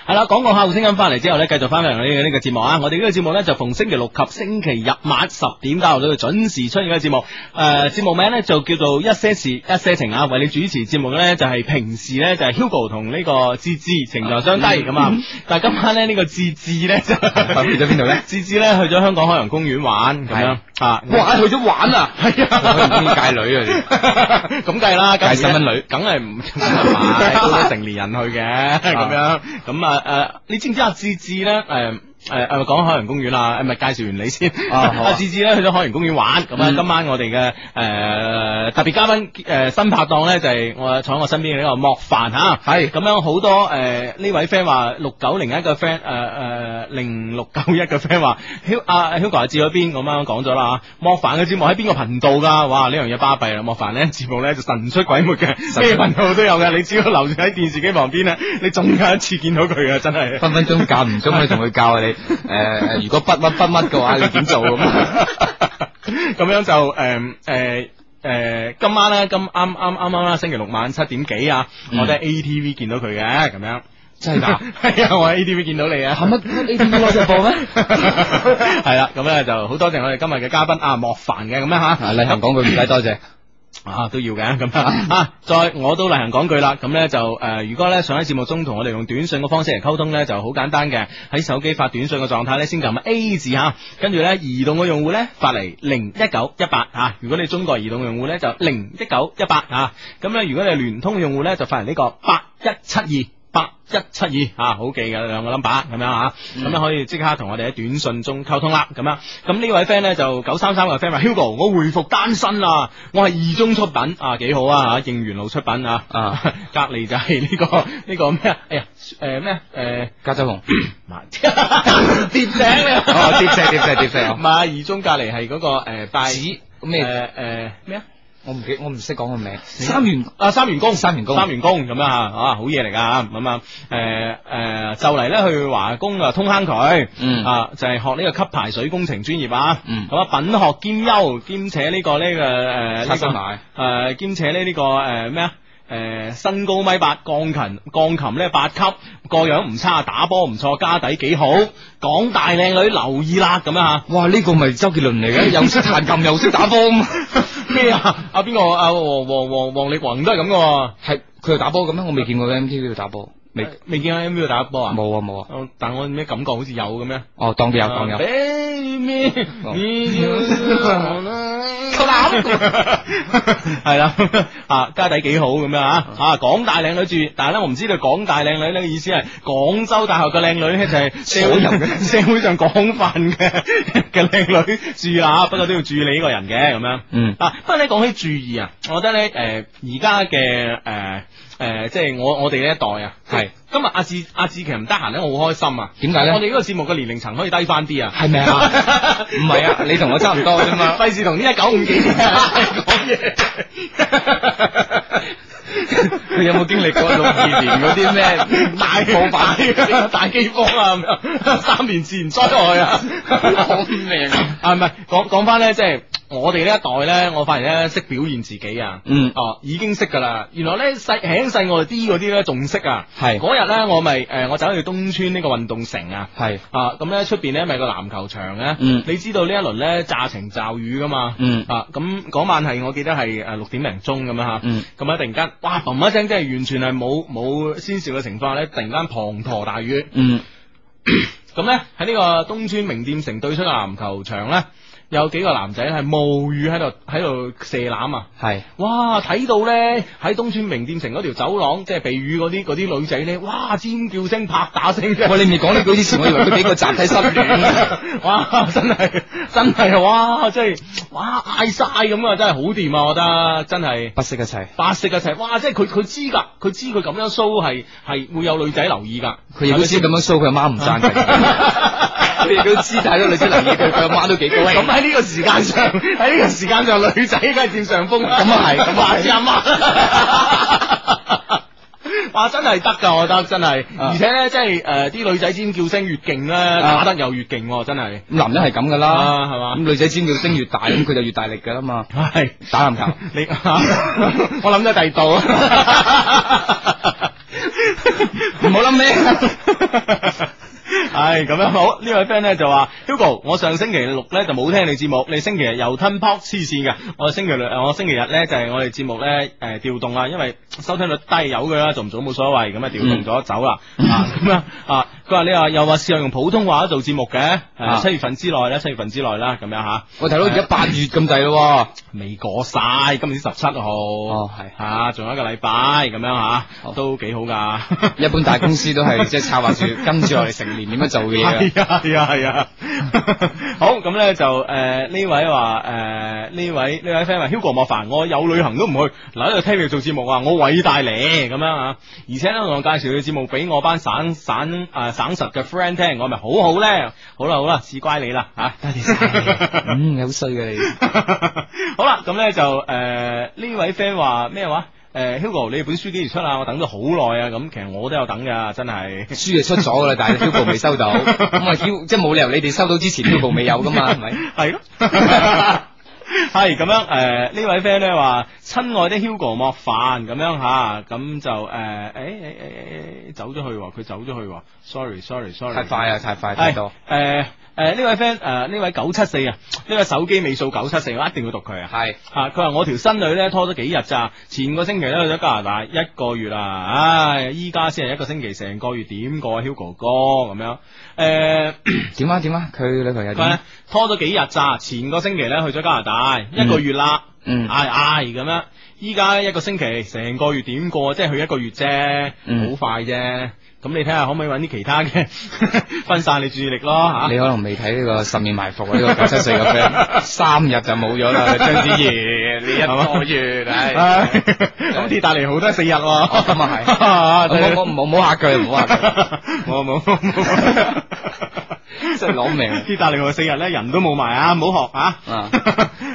係啦，廣告客户聲音翻嚟之後咧，繼續翻嚟我哋嘅呢個節目啊！我哋呢個節目咧就逢星期六及星期日晚十點教到佢準時出現嘅節目。誒、節目名咧就叫做一些事一些情啊！為你主持節目嘅咧就係、平時咧就係、Hugo 同呢個芝芝情在相低
嗯
咁啊，但係今晚咧呢、個芝芝咧 就
去咗邊 度咧？
芝芝咧去咗香港海洋公園玩咁樣啊！
哇！去咗玩啊！
係
去界女啊你！
咁計 啦，
介細蚊女啊
梗係唔梗係唔係都係成年人去嘅咁樣。咁啊誒，你知唔知阿志志咧誒？誒誒，講海洋公園啦，誒咪介紹完你先。
啊好啊
阿志志咧去咗海洋公園玩，咁啊
嗯
今晚我哋嘅誒特別嘉賓誒新拍檔咧就係我坐喺我身邊嘅呢個莫凡嚇，
係
咁樣好多誒呢位 friend 話六九零一嘅 friend 誒誒零六九一嘅 friend 話 Hu 阿 Hugo 阿志嗰邊咁啱講咗啦嚇，莫凡嘅節目喺邊個頻道㗎？哇呢樣嘢巴閉啦！莫凡咧節目咧就神出鬼沒嘅，咩頻道都有嘅，你只要留住喺電視機旁邊咧，你仲有一次見到佢啊！真係。
分分鐘間唔中可以同佢教下你。誒，如果不乜不乜嘅話，你點做咁？
啊 咁样就诶诶诶，今晚咧，今啱啱啱啱啦，星期六晚七點幾啊，
嗯
我都喺 ATV 見到佢嘅，咁樣
真係㗎？
係啊，我喺 ATV 見到你啊。
乜呢 啲攞只 播咩？
係啦，咁咧就好多謝我哋今日嘅嘉賓啊，莫凡嘅咁樣吓，
啊，例行講句唔使多謝。
啊，都要嘅咁啊啊！再我都例行講句啦，咁呢就誒、呃如果呢想喺節目中同我哋用短信嘅方式嚟溝通呢，就好簡單嘅，喺手機發短信嘅狀態呢，先撳 A 字嚇，跟住呢，移動嘅用戶呢，發嚟零一九一八嚇，如果你中國移動用戶呢，就零一九一八嚇，咁呢，如果你係聯通用戶呢，就發嚟呢個八一七二。八一七二啊，好記嘅兩個 number 咁樣啊，
嗯
咁樣可以即刻同我哋喺短信中溝通啦，咁樣。咁呢位 friend 咧就九三三嘅 friend 話，Hugo，我回復單身啦，我係二中出品啊，幾好啊嚇，應元路出品啊，
啊，
隔離就係呢、個 呢、個咩啊？哎呀，誒咩啊誒，
加州紅。
麻跌井你 啊
哦，碟石碟 石碟石
唔係二中隔離係嗰個誒拜
子
誒
咩？
誒咩啊？
我唔記，我唔識講個名。三元
啊三元宮，
三元宮
三元宮咁樣啊，啊好嘢嚟噶咁啊，誒誒就嚟咧去華工啊通坑佢，
嗯
啊就係學呢個級排水工程專業啊，
嗯
咁啊品學兼優，兼且呢個呢個誒
擦
呢
身
個
埋
誒兼且呢呢個誒咩啊？誒、身高米八，鋼琴鋼琴咧八級，個樣唔差，打波唔錯，家底幾好，港大靚女留意啦咁樣啊嚇。
哇！呢、個咪周杰倫嚟嘅，又識彈琴又識打波咁，
咩啊？阿邊個啊？王王王王力宏都係咁嘅喎。
係佢又打波嘅咩？我未見過佢 MTV 度打波，未冇
未見過 M V 打波啊？
啊冇啊！
哦。但我咩感覺好似有咁樣。
哦，當佢有當有，
啊 Baby，
哦
你 扣膽
啊
係啦，啊家底幾好咁樣啊，
嗯
啊廣大靚女住，但係咧我唔知道廣大靚女呢個意思係廣州大學嘅靚 女咧就係社會上 社會上廣泛嘅嘅靚女住啊，不過都要注意你呢個人嘅咁樣。
嗯
啊，不過咧講起注意啊，我覺得咧誒而家嘅誒誒即係我我哋呢一代啊，
係
今日阿志阿志其實唔得閒咧，我好開心啊！
點解咧
我哋呢個節目嘅年齡層可以低翻啲啊！
係咪 啊？唔係啊，你同我差唔多啫嘛。
費事同呢一九五幾年嘅講嘢。
你有冇經歷過六二年嗰啲咩
大
暴發
大大饥荒啊，咁樣三年自然災害啊，
好命啊？
啊，唔係講講翻咧，即係我哋呢一代咧，我發現咧識表現自己啊，
嗯
哦，已經識噶啦。原來咧細輕細我哋啲嗰啲咧仲識啊。
係
嗰日咧，我咪誒、呃我走去東村呢個運動城啊。
係
啊，咁咧出邊咧咪有個籃球場咧，
嗯
你知道呢一輪咧炸晴驟雨噶嘛，
嗯
啊，咁嗰晚係我記得係呃誒六點零鐘咁樣吓，
嗯
咁啊突然間，哇嘣一聲，真係完全係冇冇先兆嘅情況咧，突然間滂沱大雨，
嗯
咁咧喺呢個東村名店城對出嘅籃球場咧，有幾個男仔係冒雨喺度喺度射籃啊！
係
哇！睇到咧喺東村名店城嗰條走廊，即係避雨嗰啲嗰啲女仔咧，哇！尖叫聲、拍打聲嘅，
喂，你未講呢句之前，我以為佢俾個集體失戀。
哇！真係真係哇！真係哇嗌晒咁啊！真係好掂啊！我覺得真係
不惜一切，
白色嘅齊，哇！即係佢佢知㗎，佢知佢咁樣 show 係係會有女仔留意㗎，
佢亦都知咁樣 show，佢阿媽唔贊成。 佢亦都知睇到女仔留意佢，佢阿媽都幾高
喂
興
咁。喺呢個時間 上，喺呢個時間上，女仔梗係佔上風啦。
咁啊係咁啊係
話知阿媽。 哇！真係得㗎，我覺得真係，
啊
而且咧，即係誒啲女仔尖叫聲越勁咧，打得又越勁喎，真係
男人係咁噶啦，
啊，係嘛
咁？女仔尖叫聲越大，咁佢就越大力噶啦嘛。
係
打籃球，
你，我諗咗第二度。
唔好諗咩，
唉，咁樣好。呢位 friend 咧就話，Hugo，我上星期六咧就冇聽你節目，你星期日又吞泡黐線嘅。我星期六，我星期日咧就係、我哋節目咧誒、呃、調動啦，因為收聽率低有佢啦，做唔做冇所謂，咁啊調動咗走啦。啊咁啊啊，佢話你話又話試下用普通話做節目嘅，
啊
誒七、月份之內咧，七月份之內啦，咁樣吓。
我睇到而家八月咁滯咯
未過晒，今年十七號，哦
係
吓，仲有一個禮拜咁樣吓，
好
都幾好噶。
喎。一般大公司都 係即係策劃住跟住落嚟成年點樣做嘢 嘅。
係啊係啊係啊，好咁咧就誒呢位話誒呢位呢位 friend 話 Hugo 莫凡，我有旅行都唔去，嗱喺度聽你做節目啊，我偉大咧咁樣啊，而且咧我介紹你節目俾我班省省啊省實嘅 friend 聽，我咪好好咧，好啦好啦，試乖你啦吓，多謝晒。
嗯，你好衰嘅你。
好啦，咁咧就呃誒呢、位 friend 話咩話？誒、Hugo，你本書幾時出啊？我等咗好耐啊！咁其實我都有等噶，真係。
書就出咗噶啦，但係 Hugo 未收到，咁啊 Hugo 即係冇理由你哋收到之前 Hugo 未有噶 啊嘛，係咪？
係咯。係咁樣，誒、呢位 friend 咧話，親愛的 Hugo 莫凡咁樣吓，咁就誒，誒誒誒誒走咗去喎，佢走咗去喎，sorry sorry sorry，
太快啊，太快太
係
多，
誒誒呃呢位 friend 誒呢位九七四啊，呢位手機尾數九七四，我一定要讀佢啊。
係
啊！佢話我條新女咧拖咗幾日咋，前個星期咧去咗加拿大一個月啦，唉，依家先係一個星期，成個月點過啊 Hugo 哥咁樣。誒、
點啊點啊，佢女朋友
佢咧
點？
拖咗幾日咋，前個星期咧去咗加拿大一個月啦，
嗯
唉唉咁樣。依家一個星期，成個月點過啊，即係去一個月啫，好、
嗯
快啫。咁你睇下可唔可以揾啲其他嘅 分散你注意力咯吓。
你可能未睇呢個十面埋伏啊，呢個九七 四個 friend 三日就冇咗 啦，張子怡，你一個月，唉，
唉咁 鐵達尼號都係四日喎，
咁啊係
啊真係
我我唔好唔好嚇佢，唔好嚇 佢，
冇冇冇冇，
真係攞命
鐵達尼號四日咧，人都冇埋啊，唔好學啊！
啊！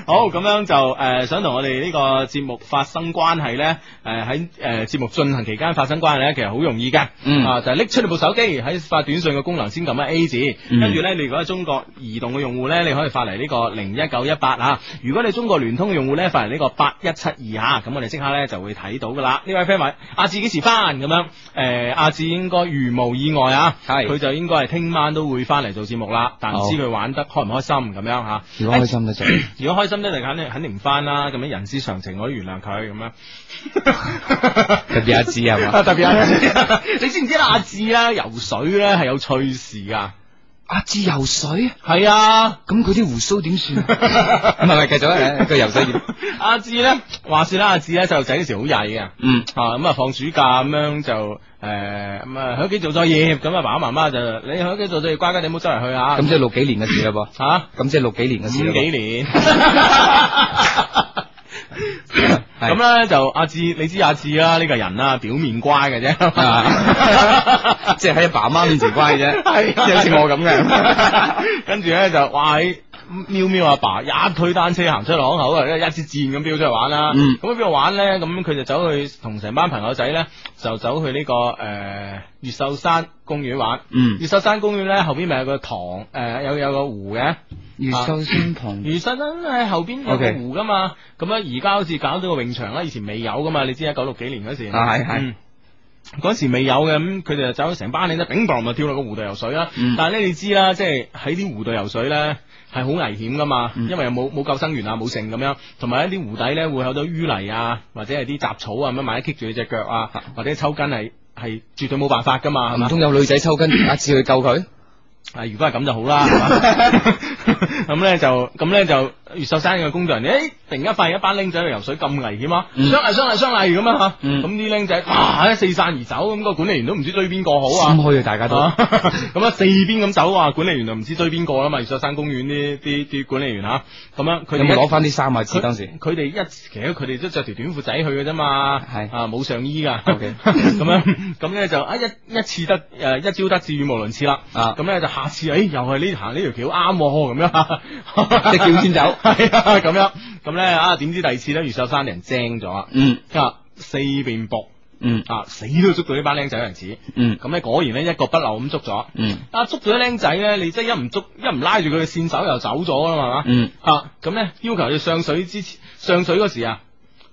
好咁樣就誒、呃想同我哋呢個節目發生關係咧，誒喺誒節目進行期間發生關係咧，其實好容易嘅，
嗯
啊就係拎出你部手機喺發短信嘅功能先撳一 A 字，
嗯
跟住咧你如果係中國移動嘅用戶咧，你可以發嚟呢個零一九一八啊，如果你中國聯通嘅用戶咧，發嚟呢個八一七二吓，咁我哋即刻咧就會睇到噶啦。呢位 friend 話阿志幾時翻咁樣？誒阿志應該如無意外啊，
係
佢就應該係聽晚都會翻嚟做節目啦，但唔知
好
佢玩得開唔開心咁樣吓。
如果開心得就
如果開心咧，就肯定肯定唔翻啦。咁樣人之常情，我都原諒佢咁 樣。
特 別阿芝係
啊，
嘛？
特別阿志， 你知唔知啦？阿志咧游水咧係有趣事噶。
阿芝游水，
係啊，
咁佢啲胡鬚點算？ 唔係唔係，繼續 啊，佢游水點？
阿志咧話説啦，阿志咧細路仔嗰時好曳嘅。
嗯
啊咁啊放暑假咁樣就誒咁啊喺屋企做作業，咁啊爸爸媽媽就你喺屋企做作業，乖乖哋唔好周圍去啊。
咁即係六幾年嘅事啦噃，
嚇。
咁即係六幾年嘅事啦
五幾
噃。
年。
係
咁咧就阿志，你知阿志啦，呢個人啦，表面乖嘅啫，
啊即係喺阿爸阿媽面前乖嘅啫，
係啊
即係好似我咁嘅。啊
跟住咧就哇喺哎喵喵阿爸一推單車行出巷口啊，一支箭咁飆出去玩啦。
嗯
咁去邊度玩咧？咁佢就走去同成班朋友仔咧，就走去呢、個誒、呃、越秀山公園玩。
嗯
越秀山公園咧後邊咪有個塘誒、呃有有個湖嘅。
越秀山旁
越秀山喺後邊有個
OK
湖噶嘛，咁啊而家好似搞咗個泳場啦，以前未有噶嘛，你知一九六幾年嗰時，
啊係係
嗯嗰時未有嘅，咁佢哋就走咗成班你咧，頂撞就跳落個湖度游水啦。
嗯
但係咧，你知啦，即係喺啲湖度游水咧係好危險噶嘛，
嗯
因為又冇冇救生員啊，冇剩咁樣，同埋一啲湖底咧會有到淤泥啊，或者係啲雜草啊咁樣，萬一棘住你隻腳啊，或者抽筋係係絕對冇辦法噶嘛，係
唔
嘛？
通有女仔抽筋，阿志去救佢？
啊，如果係咁就好 啦，係嘛咁咧就咁咧就越秀山嘅工作人員，誒、哎突然間發現一班僆仔去游水咁危險啊，
嗯
相嚟相嚟相嚟咁啊嚇，
嗯
咁啲僆仔哇四散而走，咁、個管理員都唔知追邊個好 啊
心。虛啊，大家都。
啊 咁啊，四邊咁走啊！管理員就唔知追邊個啦嘛，越秀山公園啲啲啲管理員吓，咁樣佢
有
哋
冇
一
攞翻啲衫啊？志
佢
當時
佢哋一其實佢哋都着條短褲仔去嘅啫嘛，
係
啊冇上衣噶， 咁
OK
樣咁咧就啊一一次得誒一朝得志語無倫次啦，
啊
咁咧就下次誒又係呢行呢條橋啱喎咁樣，
即叫先走
係啊咁樣，咁咧啊點知第二次咧越秀山啲人精咗啊，
嗯
啊四邊搏
嗯
啊死都捉到呢班僆仔為止，
嗯
咁咧果然咧一個不漏咁捉咗，
嗯
啊捉咗啲僆仔咧你即係一唔捉一唔拉住佢嘅線手又走咗啦嘛係嘛。
嗯，
啊，咁咧要求佢上水之前，上水嗰時啊，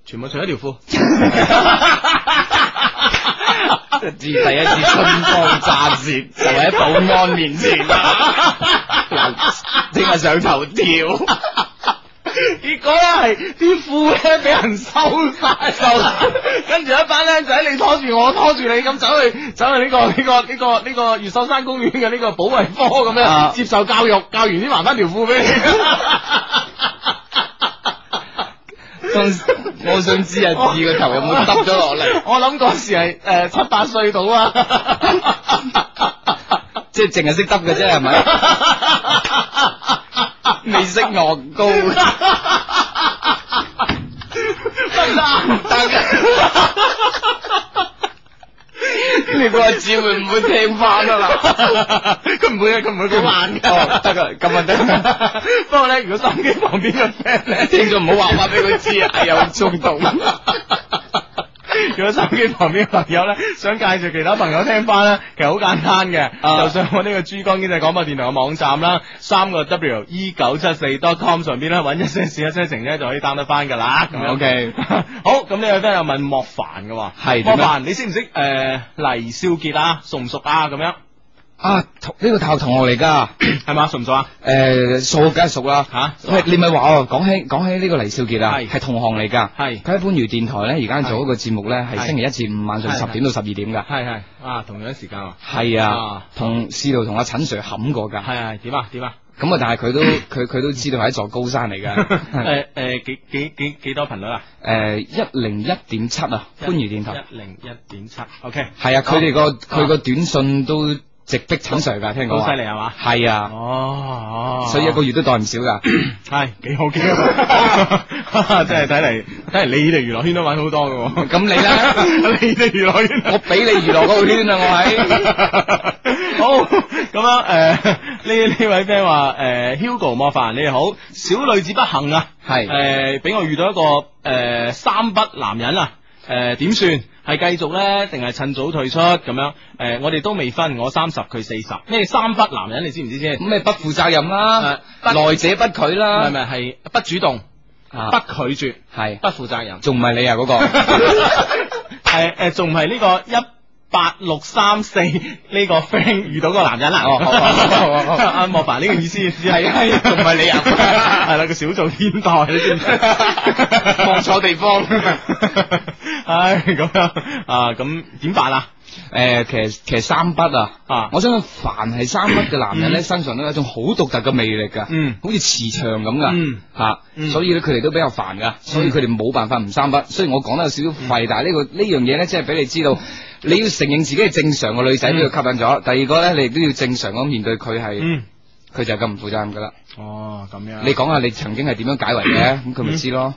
全部除咗條 褲。
自第一次春光乍 泄，就喺保安面 前，嗱，即刻上頭條，
結果咧係啲褲咧俾人收晒，收 晒，跟住一班僆仔你拖住我拖住你咁走去走去呢、個呢、個呢、個呢、個越秀山公園嘅呢個保衛科咁樣、
啊
接受教育，教完先還翻條褲俾你。
我想知阿志個頭有冇耷咗落嚟，
我諗嗰時係誒、呃七八歲到啊。
即係淨係識耷嘅啫，係 咪？未識樂高，得啊你估阿志會唔會聽翻啊啦？
佢唔會啊，佢唔會咁慢
哦，
噶。
得啦，咁啊得。
不過咧，如果心機旁邊嘅 friend 咧，
聽咗唔好話翻俾佢知啊，哎呀，好衝 動。
如果心機旁邊嘅朋友咧，想介紹其他朋友聽翻咧，其實好簡單嘅，
啊
就上我呢個珠江經濟廣播電台嘅網站啦，三個 W E 九七四 dot com 上邊咧揾一些事一些情咧就可以 down 得翻噶啦。咁樣
OK
好，咁呢位 friend 又問莫凡嘅喎，
係點
莫
咧
凡，你識唔識誒黎少傑啊？熟唔熟啊？咁 樣
啊，同呢個大學同學嚟噶，
係嘛？熟唔熟啊？
诶，熟梗係熟啦。
吓
喂，你咪話哦，講起講起呢個黎少傑啊，
啊係
係同行嚟㗎。
係
佢喺番禺電台咧，而家做一個節目咧，
係
係星期一至五晚上
係
十點到十二點㗎。
係係啊，同樣時間啊，
係
啊
啊，同試度同阿陳 Sir 冚過㗎。
係係點啊點啊？
咁啊，但係佢都佢佢都知道係一座高山嚟㗎。
誒誒幾幾幾幾多頻率啊？
诶，一零一點七啊，番禺電台。
一零一點七，OK，
係啊，佢哋個佢
啊
個短信都直逼陳 Sir 㗎，聽
好
講話
哦犀利係嘛？
係啊，
哦，
所以一個月都袋唔少㗎。
係幾好幾好， 真係睇嚟睇嚟你哋娛樂圈都玩好多嘅喎。
咁你啦。
你哋娛樂圈
我俾你娛樂嗰個圈啊！我 喺
好咁樣誒，呢呢位 friend 話誒 Hugo 莫凡你哋好，小女子不幸啊，
係
誒俾我遇到一個誒、三不男人啊，誒點算？係繼續呢？定係趁早退出咁樣？誒、我哋都未分，我三十佢四十，咩三不男人你知唔知先？
咁咪不負責任啦，
誒不
來者啊不拒
唔係
啦
唔，係係不主動、
啊
不拒絕、
係
不負責任。
仲唔係你啊 嗰個？
誒誒，仲唔哦係呢個一八六三四呢個 friend 遇到個男人啊
哦哦哦哦哦？
阿莫凡呢個意思係
係係仲唔係你啊
係啦，佢少做天代，你知唔知？
放錯地 方
唉，咁樣啊，咁點辦啊？
誒，其實其實三筆啊，嗯
啊
我相信凡係三筆嘅男人咧，身上都有一種好獨特嘅魅力㗎，
嗯
好似磁場咁㗎，
嗯嗯
嚇，所以咧佢哋都比較煩㗎，所以佢哋冇辦法唔三筆。雖然我講得有少少廢，但係呢個呢樣嘢咧，即係俾你知道。你要承認自己係正常嘅女仔，俾佢吸引咗。第二個咧，你亦都要正常咁面對佢係，
嗯，
佢就係咁唔負責任㗎啦。
哦，咁樣
你講下你曾經係點樣解圍 嘅，咁佢咪知咯。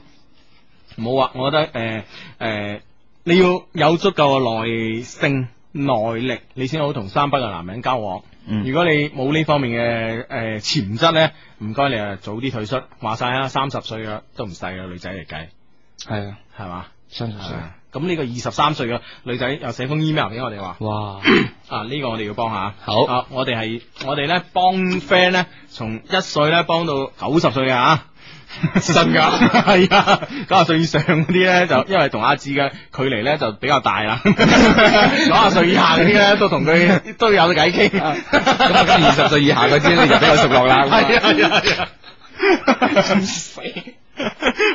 冇啊，我覺得誒誒、呃你要有足夠嘅耐性、耐力，你先好同三不嘅男人交往。
嗯
如果你冇呢方面嘅呃诶潜质咧，唔該你啊早啲退出。話晒啊，三十歲啊都唔細嘅女仔嚟計，
系啊，
係嘛？
三十歲，
啊咁呢個二十三歲嘅女仔又寫封 email 俾我哋話
哇，
啊，呢、個我哋要幫下。
好
啊，我哋係我哋咧幫 friend 咧，從一歲咧幫到九十歲嘅 啊。真噶，系啊，九十歲以上嗰啲咧，就因為同阿志嘅距離咧就比較大 啦。九十歲以下嗰啲咧，都同佢都有偈傾。咁
咁啊，二十歲以下嗰啲咧就比較熟落 啦，
系啊，系啊，系啊。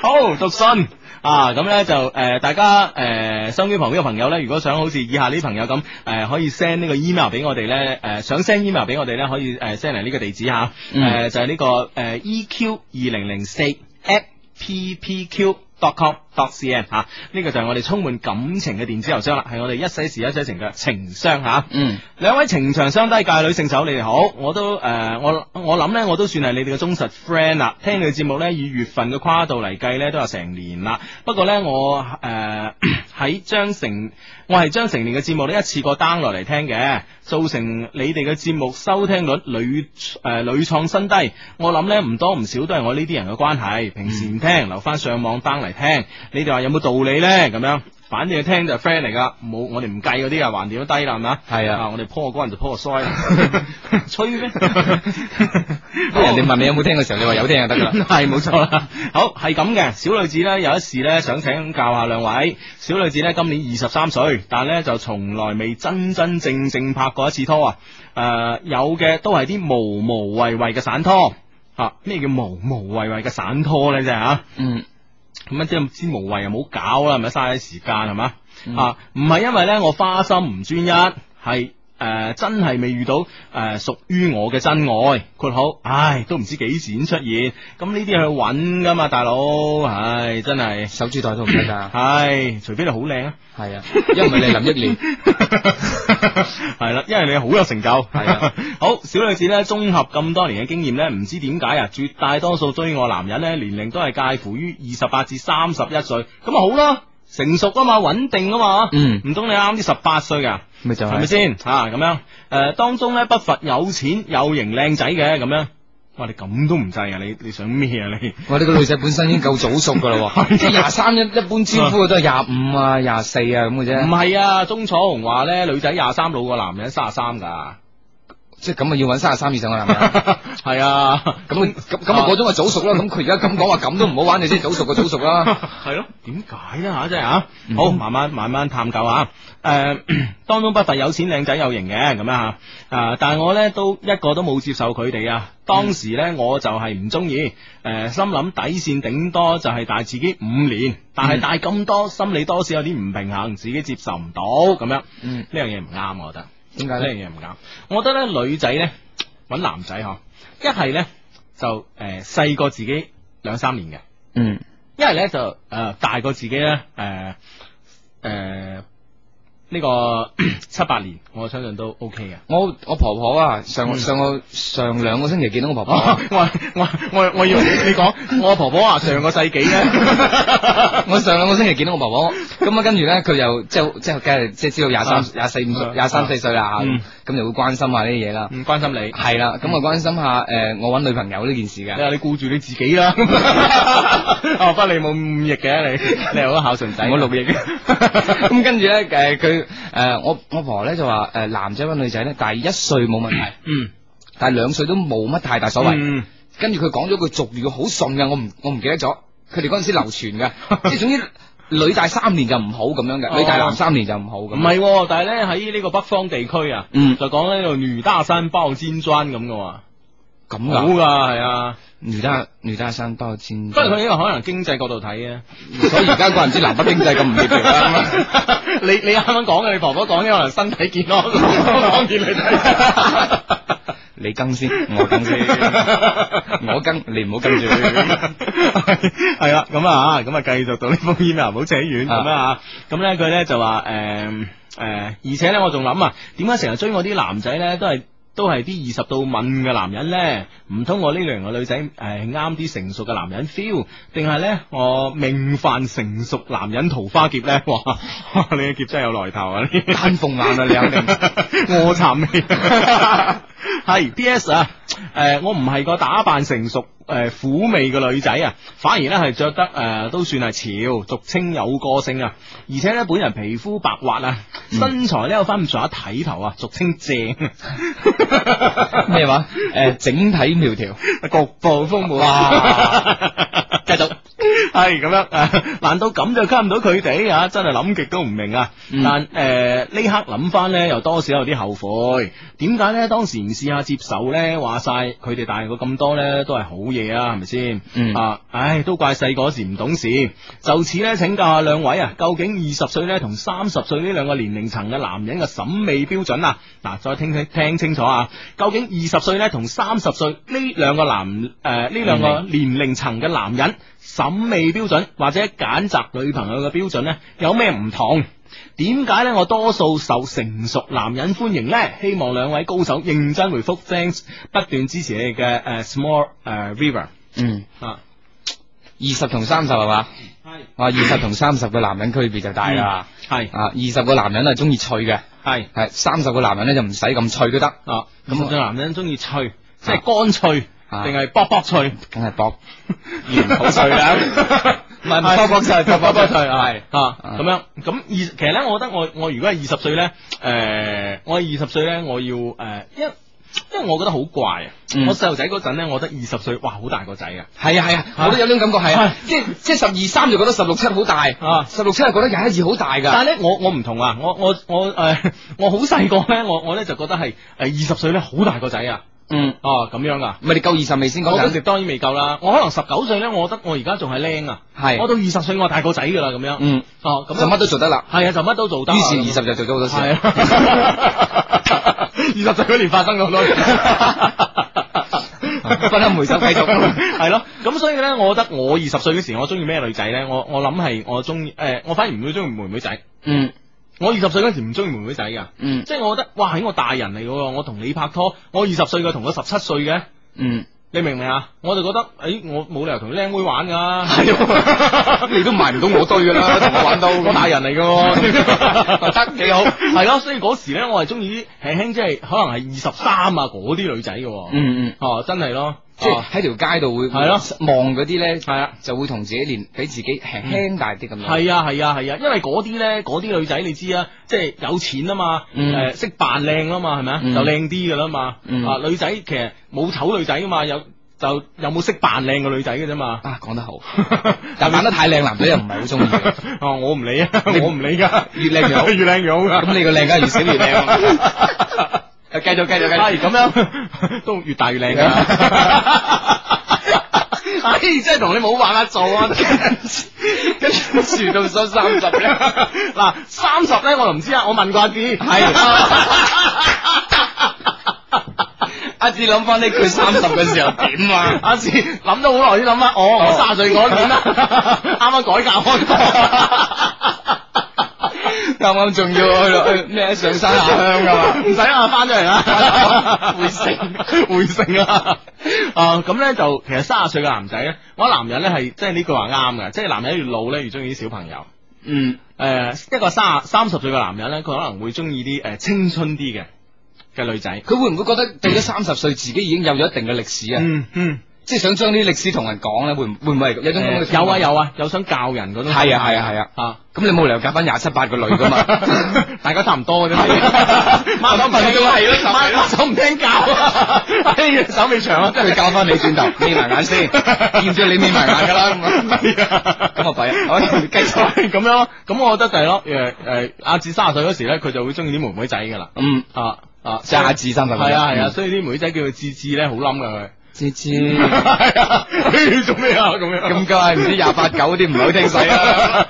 好，讀信啊，咁咧就誒、呃大家誒、呃收音機旁邊嘅朋友咧，如果想好似以下呢啲朋友咁誒、呃可以 send 呢個 email 俾我哋咧，誒、想 send email 俾我哋咧，可以誒 send 嚟呢個地址嚇，誒、
嗯
就係呢、個誒 EQ 二零零四 at ppq。com dot cn 吓、呢、個就係我哋充滿感情嘅電子郵箱啦，係我哋一些事一些情嘅情商吓。
嗯，
兩位情場相低界女聖手，你哋好，我都诶、呃我我谂咧，我都算係你哋嘅忠實 friend 啦。聽你哋節目咧，以月份嘅跨度嚟計咧，都有成年啦。不過咧，我诶 喺將成我係將成年嘅節目咧一次過 down 落嚟聽嘅，造成你哋嘅節目收聽率屢诶屡创新低。我諗咧唔多唔少都係我呢啲人嘅關係，平時唔聽，留翻上網 down 嚟聽。你哋話有冇道理咧？咁樣，反正聽就係 friend 嚟噶，冇我哋唔計嗰啲啊，橫掂都低啦，係咪啊？
係啊
啊！我哋破關就破 衰，吹咩？
不過人哋問你有冇聽嘅時候，你話有聽就得噶啦，
系冇错啦。好，系咁嘅。小女子呢，有一事呢，想请教下两位。小女子呢，今年二十三岁，但呢就从来未真真正正拍过一次拖啊。诶、有嘅都系啲無無謂謂嘅散拖。啊，咩叫無無謂謂嘅散拖呢？啫吓，
嗯，
咁啊即係知無謂又冇搞啦，係咪嘥啲時間係嘛？啊，唔係因為呢，我花心唔專一，係。诶、真係未遇到诶屬於我嘅真愛，括號，唉，都唔知幾時先出現。咁呢啲去揾噶嘛，大佬，唉，真係，
手指袋都唔得噶，
唉，除非你好靚啊，
係啊，因為你係林憶蓮。
係啦，因為你好有成就，係
啊。
好，小女子呢，綜合咁多年嘅經驗呢，唔知點解啊，絕大多數追我男人呢，年齡都係介乎於二十八至三十一歲，咁啊好啦，成熟啊嘛，穩定啊嘛，
嗯
唔通你啱啲十八歲噶？
咪就
系咪
係
先啊？咁样诶、誒当中咧不乏有錢有型靚仔嘅咁樣。哇！你咁都唔制啊？你你想咩啊？你
我哋個女仔本身已經夠早熟噶啦喎， 即係啊廿三一一般招呼嘅都係廿五啊、廿四啊咁嘅
唔
啫，
係啊？鐘楚紅話咧，女仔廿三老過男人卅三 噶，
即係咁啊要揾三十三以上嘅男 人。
係啊，
咁啊咁咁啊嗰種係早熟啦，咁佢而家咁講話咁都唔好玩，你先早熟過早熟 啦。
係咯？點解咧吓？真係啊！好，慢慢慢慢探究啊。诶、 當中不乏有錢靚仔有型嘅咁樣吓。啊，但係我咧都一個都冇接受佢哋啊。當時咧我就係唔中意，诶、心諗底線頂多就係大自己五年，但係
嗯
大咁多，心理多少有啲唔平衡，自己接受唔到咁樣。
嗯，
呢樣嘢唔啱，我覺得。
點解
呢
咧？
樣嘢唔啱。我覺得咧，女仔咧揾男仔嗬，一係咧就诶細過自己兩三年嘅。
嗯
一系咧就诶、呃大過自己咧诶诶呢個 七八年，我相信都 OK 嘅。
我我婆婆啊，
嗯
上上個上兩個星期見到我婆婆啊，
我我我我以為你講 我婆婆話上個世紀咧，
我上兩個星期見到我婆婆，咁啊跟住咧佢又即係即係梗係即係知道廿
啊
三廿四五歲
啊
廿三四歲啦，
嗯
咁咁就會關心下呢啲嘢啦。
唔關心你，
係啦，咁我關心下誒我揾女朋友呢件事
你
嘅。
話你顧住你自己 啦。哦，不你冇五翼嘅你，你係好孝順仔。嗯
我六 億， 咁跟住咧，誒佢誒我我婆婆咧就話誒、男仔揾女仔咧，但係一歲冇問題，
嗯，
但係兩歲都冇乜太大所謂。
嗯
跟住佢講咗句俗語，好順嘅，我唔我唔記得咗。佢哋嗰陣時流 傳嘅，即係總之女大三年就唔好咁樣
哦
嘅，女大男三年就唔好咁。
唔係喎，但係咧喺呢個北方地區啊，
嗯
就講呢度女大山包尖磚咁嘅喎，
咁
好
噶，
㗎係啊。
女大女大三包煎。
不過佢呢個可能經濟角度睇啊。
所以而家怪唔知南北經濟咁唔協調啊啦。
你你啱啱講嘅，你婆婆講嘅可能身體健康，講健女仔。
你跟先，我跟先，我跟你唔好跟住。
係啦，咁啊，咁啊，繼續到呢封 email，唔好扯遠咁啊，咁咧佢咧就話诶诶，而且咧我仲諗啊，點解成日追我啲男仔咧都係都係啲二十到問嘅男人咧？唔通我呢類型嘅女仔诶啱啲成熟嘅男人 feel，定係咧我命犯成熟男人桃花劫咧？哇！你嘅劫真係有來頭啊！呢
丹鳳眼啊，你肯定。
我蠶味。系 P.S. 啊，诶、我唔係個打扮成熟诶、誒苦味嘅女仔啊，反而咧係着得诶、誒都算係潮，俗稱有個性啊，而且咧本人皮膚白滑啊，身材咧有翻咁上下睇頭啊，俗稱正，
咩話？诶，整體苗條，
局部豐滿
哇繼續
系咁樣诶，难道咁就吸引到佢哋啊？真係諗極都唔明啊！
嗯
但诶呢、刻諗翻咧，又多少有啲後悔。點解咧當時唔試下接受咧？話晒佢哋大個咁多咧，都係好嘢啊，係咪先？
嗯
啊，唉，都怪細個嗰時唔懂事。就此咧，請教下兩位啊，究竟二十歲咧同三十歲呢兩個年齡層嘅男人嘅審美標準啊？嗱，再聽聽聽清楚啊！究竟二十歲咧同三十歲呢兩個男诶呢兩
嗯
個年齡層嘅男人審美標準或者揀擇女朋友嘅標準咧，有咩唔同？點解咧？我多數受成熟男人歡迎呢？希望兩位高手認真回覆，thanks，不斷支持你嘅诶、呃 small 诶、river
嗯，
啊，
二十同三十係嘛？
系嗯
啊，二十同三十嘅男人區別就大啦。
系
啊，二十個男人係中意脆嘅，
系
係三十個男人咧就唔使咁脆都得，
啊，
咁
咁嘅男人中意脆，即係乾脆
啊
定係卜卜脆？
梗係薄唔好 脆啦。啊唔係唔係
係
薄薄脆，薄薄
卜
脆
脆
係
系啊，
啊
咁樣咁二，其實咧，我覺得我我如果係二十歲咧，诶，我二十歲咧，我要诶，因因為我覺得好怪啊，
嗯
我細路仔嗰陣咧，我覺得二十歲，哇，好大個仔啊！
係啊係啊，我都有呢種感覺係啊，即係即係十二三就覺得十六七好大，
啊
十六七嗯係覺得廿一二好大
但
㗎。
系咧，我我唔同啊，我我我诶、呃 我好細個咧，我我咧就覺得係诶二十歲咧好大個仔啊，
嗯，
哦咁樣啊。
唔係你夠二十未先講
我嗰
緊
時。當然未夠啦，我可能十九歲咧，我覺得我而家仲係僆啊，
係
我到二十歲我大個仔噶啦咁樣，
嗯，
哦咁
就乜都做得啦。
係啊，就乜都做得啊，
於是二
咁
十就做咗好多事。
係啊， 二十歲嗰年發生咗好 多嘢，
不堪回首繼續
係咯。咁所以咧，我覺得我二十歲嗰時，我中意咩女仔咧？我我諗係我中意誒，我反而唔會中意妹妹仔。
嗯
我二十歲嗰時唔中意妹妹仔㗎，
嗯
即係我覺得哇，喺我大人嚟㗎喎，我同你拍拖，我二十歲嘅同我十七歲嘅。
嗯，
你明唔明啊？我就覺得，誒，我冇理由同啲靚妹玩㗎，
你都埋唔到我堆㗎啦，同我玩到
我大人嚟㗎 喎，
得 幾好
係咯，所以嗰時咧，我係中意啲輕輕，即係可能係二十三啊嗰啲女仔嘅喎，
嗯嗯，
哦，真係咯，
即係喺條街度會
係咯
望嗰啲咧，
係啊。嗯
就會同自己連比自己輕輕大啲咁樣。
係啊係啊係啊，因為嗰啲咧，嗰啲女仔你知啊，即係有錢啊嘛，
嗯
誒識扮靚啊嘛，係咪啊？
嗯
就靚啲噶啦嘛，
嗯
啊女仔其實冇醜女仔噶嘛，有就有冇識扮靚嘅女仔嘅啫 嘛，
啊，講得好， 但扮得太靚男仔又唔係 好中意嘅。
哦，我唔理啊，
你
我唔理噶，
越靚越 好
越靚越好噶。
咁你個靚梗係越少越啊 靚。繼續繼續繼
係咁
續。
樣哎 都越啊大越靚噶。 唉，真係哎同你冇辦法做 啊！
跟住到咗三十 咧，
嗱，三十咧我就唔知啊，我問過阿志，
阿志諗翻呢佢三十嘅時候點啊？
阿志諗咗好耐先諗翻，哦，我卅歲嗰年 啦，啱啱改革開 放，
啱啱仲要去 到去咩上山下鄉噶嘛？
啊唔使啦，翻咗嚟 啦，
回城
回城啦。啊，咁咧就其實卅歲嘅男仔咧，我覺得男人咧係即係呢句話啱嘅，即係男人越老咧越中意啲小朋友。
嗯
誒、一個三三十歲嘅男人咧，佢可能會中意啲誒青春啲嘅嘅女仔。
佢會唔會覺得到咗三十歲，自己已經有咗一定嘅歷史啊？
嗯嗯，
即係想將啲歷史同人講咧，會唔會唔會係有種咁嘅？
誒有啊。有啊，有想教人嗰種。
係啊係啊係啊
啊！
咁你冇理由夾翻廿七八 個女噶嘛？
大家差唔多嘅啫，
啊
媽手唔聽
咁咪係咯啊手
媽媽手唔聽 教，哎手尾長啊，
即係教翻你轉 頭，眯埋眼先， 見咗你眯埋眼噶啦，咁啊，咁啊弊啊！好，繼續。
咁樣咯。咁我覺得就係咯，誒誒，阿志卅歲嗰時咧，佢就會中意啲妹妹仔㗎啦。
嗯，
啊啊，
即係阿志三十歲
係啊係啊，
嗯
所以啲妹仔叫佢志志咧，好冧㗎佢。
芝 芝，
係啊，你做咩啊？咁樣
咁梗係唔知廿八九啲唔好聽使啊 啦。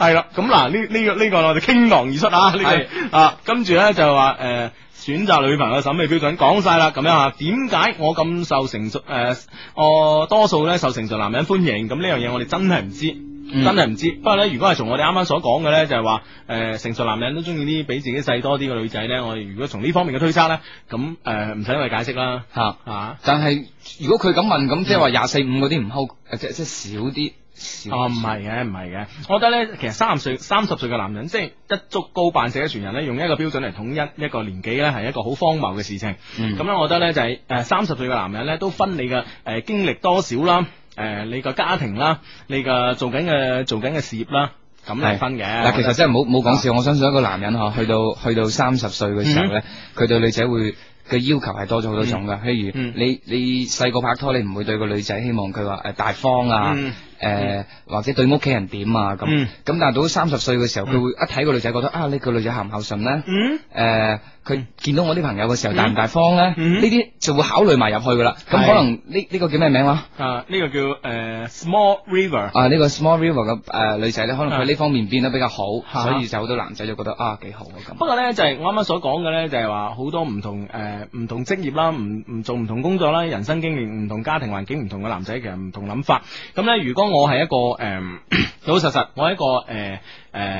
系啦，咁嗱呢呢個呢個我哋傾囊而出啊，呢個啊，跟住咧就話诶。選擇女朋友嘅審美標準講晒啦，咁樣啊，點解我咁受成熟？誒、我多數咧受成熟男人歡迎，咁呢樣嘢我哋真係唔知，
嗯
真係唔知。不過咧，如果係從我哋啱啱所講嘅咧，就係話誒成熟男人都中意啲比自己細多啲嘅女仔咧，我哋如果從呢方面嘅推測咧，咁誒唔使我哋解釋啦，
嚇！
啊，嗯
但係如果佢咁問，咁即係話廿四五嗰啲唔溝，即即少啲，系
啊，唔係嘅，唔係嘅。我覺得咧，其實三十歲、三十歲嘅男人，即係一足高扮社一傳人咧，用一個標準嚟統一一個年紀咧，係一個好荒謬嘅事情。咁
咁
咧，我覺得咧就係誒三十歲嘅男人咧，都分你嘅誒、呃、經歷多少啦，誒、你個家庭啦，你嘅做緊嘅做緊嘅事業啦，咁嚟
係
分嘅。哦
嗱，其實真係冇冇講笑，我相信一個男人嗬，去到去到三十歲嘅時候咧，佢對女仔會嘅要求係多咗好多種噶。譬如
嗯嗯
你你細個拍拖，你唔會對個女仔希望佢話誒大方啊，
嗯
誒或者對屋企人點啊咁。咁
嗯
但係到三十歲嘅時候，
嗯
佢會一睇個女仔覺得啊呢個女仔孝唔孝順咧？
嗯
诶，呃佢、
嗯
見到我啲朋友嘅時候
嗯
大唔大方咧？呢
嗯
啲、就會考慮埋入去噶啦。咁
係
可能呢呢、個叫咩名話？
啊，呢、個叫誒、呃 Small River。
啊，呢、個 Small River 嘅诶、呃女仔咧，可能佢
啊
呢方面變得比較好，
嚇
所以就好多男仔就覺得啊幾好啊
不
咁。
過咧，就係我啱啱所講嘅咧，就係話好多唔同誒唔、同職業啦，唔唔做唔同工作啦，人生經歷唔同、家庭環境唔同嘅男仔，其實唔同諗法。咁咧，如果我係一個誒、 老老實實，我係一個誒誒、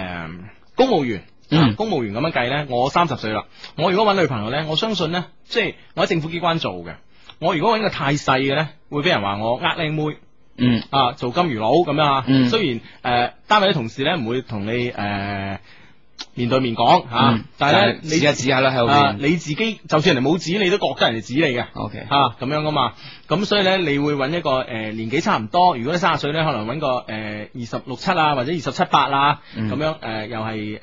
公務員。啊
嗯
公務員咁樣計呢，我三十歲啦。我如果揾女朋友呢，我相信呢，即係我喺政府機關做嘅。我如果揾個太細嘅呢，會俾人話我呃靚妹。
嗯，
啊，做金魚佬咁樣啊。
嗯
雖然誒、呃單位啲同事咧唔會同你誒、呃面對面講嚇，
嗯
啊但係咧
就
你
指一指下啦喺後
啊
邊。
你自己就算人哋冇指，你都覺得人哋指你嘅。
O K，
啊，咁樣噶嘛，咁所以咧，你會揾一個誒、呃年紀差唔多，如果你三十歲咧，可能揾個誒二十六七啊，或者二十七八啊，
嗯
咁樣誒、呃又係誒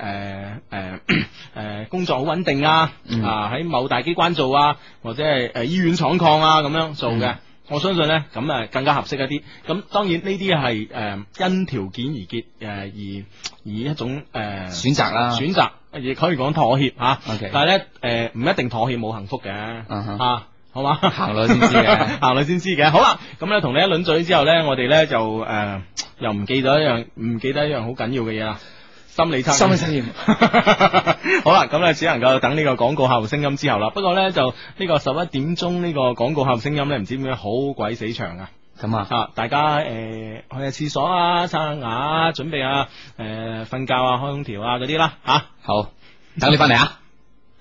誒誒工作好穩定啊，
嗯
啊喺某大機關做啊，或者係誒、呃、醫院廠礦啊咁樣做嘅。
嗯
我相信咧，咁誒更加合適一啲。咁當然呢啲係誒因條件而結誒、呃而而一種誒、呃、
選擇啦。
選擇，亦可以講妥協嚇。
啊 OK
但係咧誒唔一定妥協冇幸福嘅。
嗯哼
啊，好嘛，
行落去先知嘅
行落去先知嘅。好啦，咁咧同你一輪嘴之後咧，我哋咧就诶、呃又唔記得一樣，唔記得一樣好緊要嘅嘢啦。心理測驗
心理測驗
好啦，咁咧只能夠等呢個廣告客户聲音之後啦。不過咧就呢個十一點鐘呢個廣告客户聲音咧，唔知點解好鬼死長啊！
咁啊，
啊，大家诶、呃去下廁所啊，刷下牙，準備啊诶瞓、覺啊，開空調啊嗰啲啦吓。
好，等你翻嚟啊。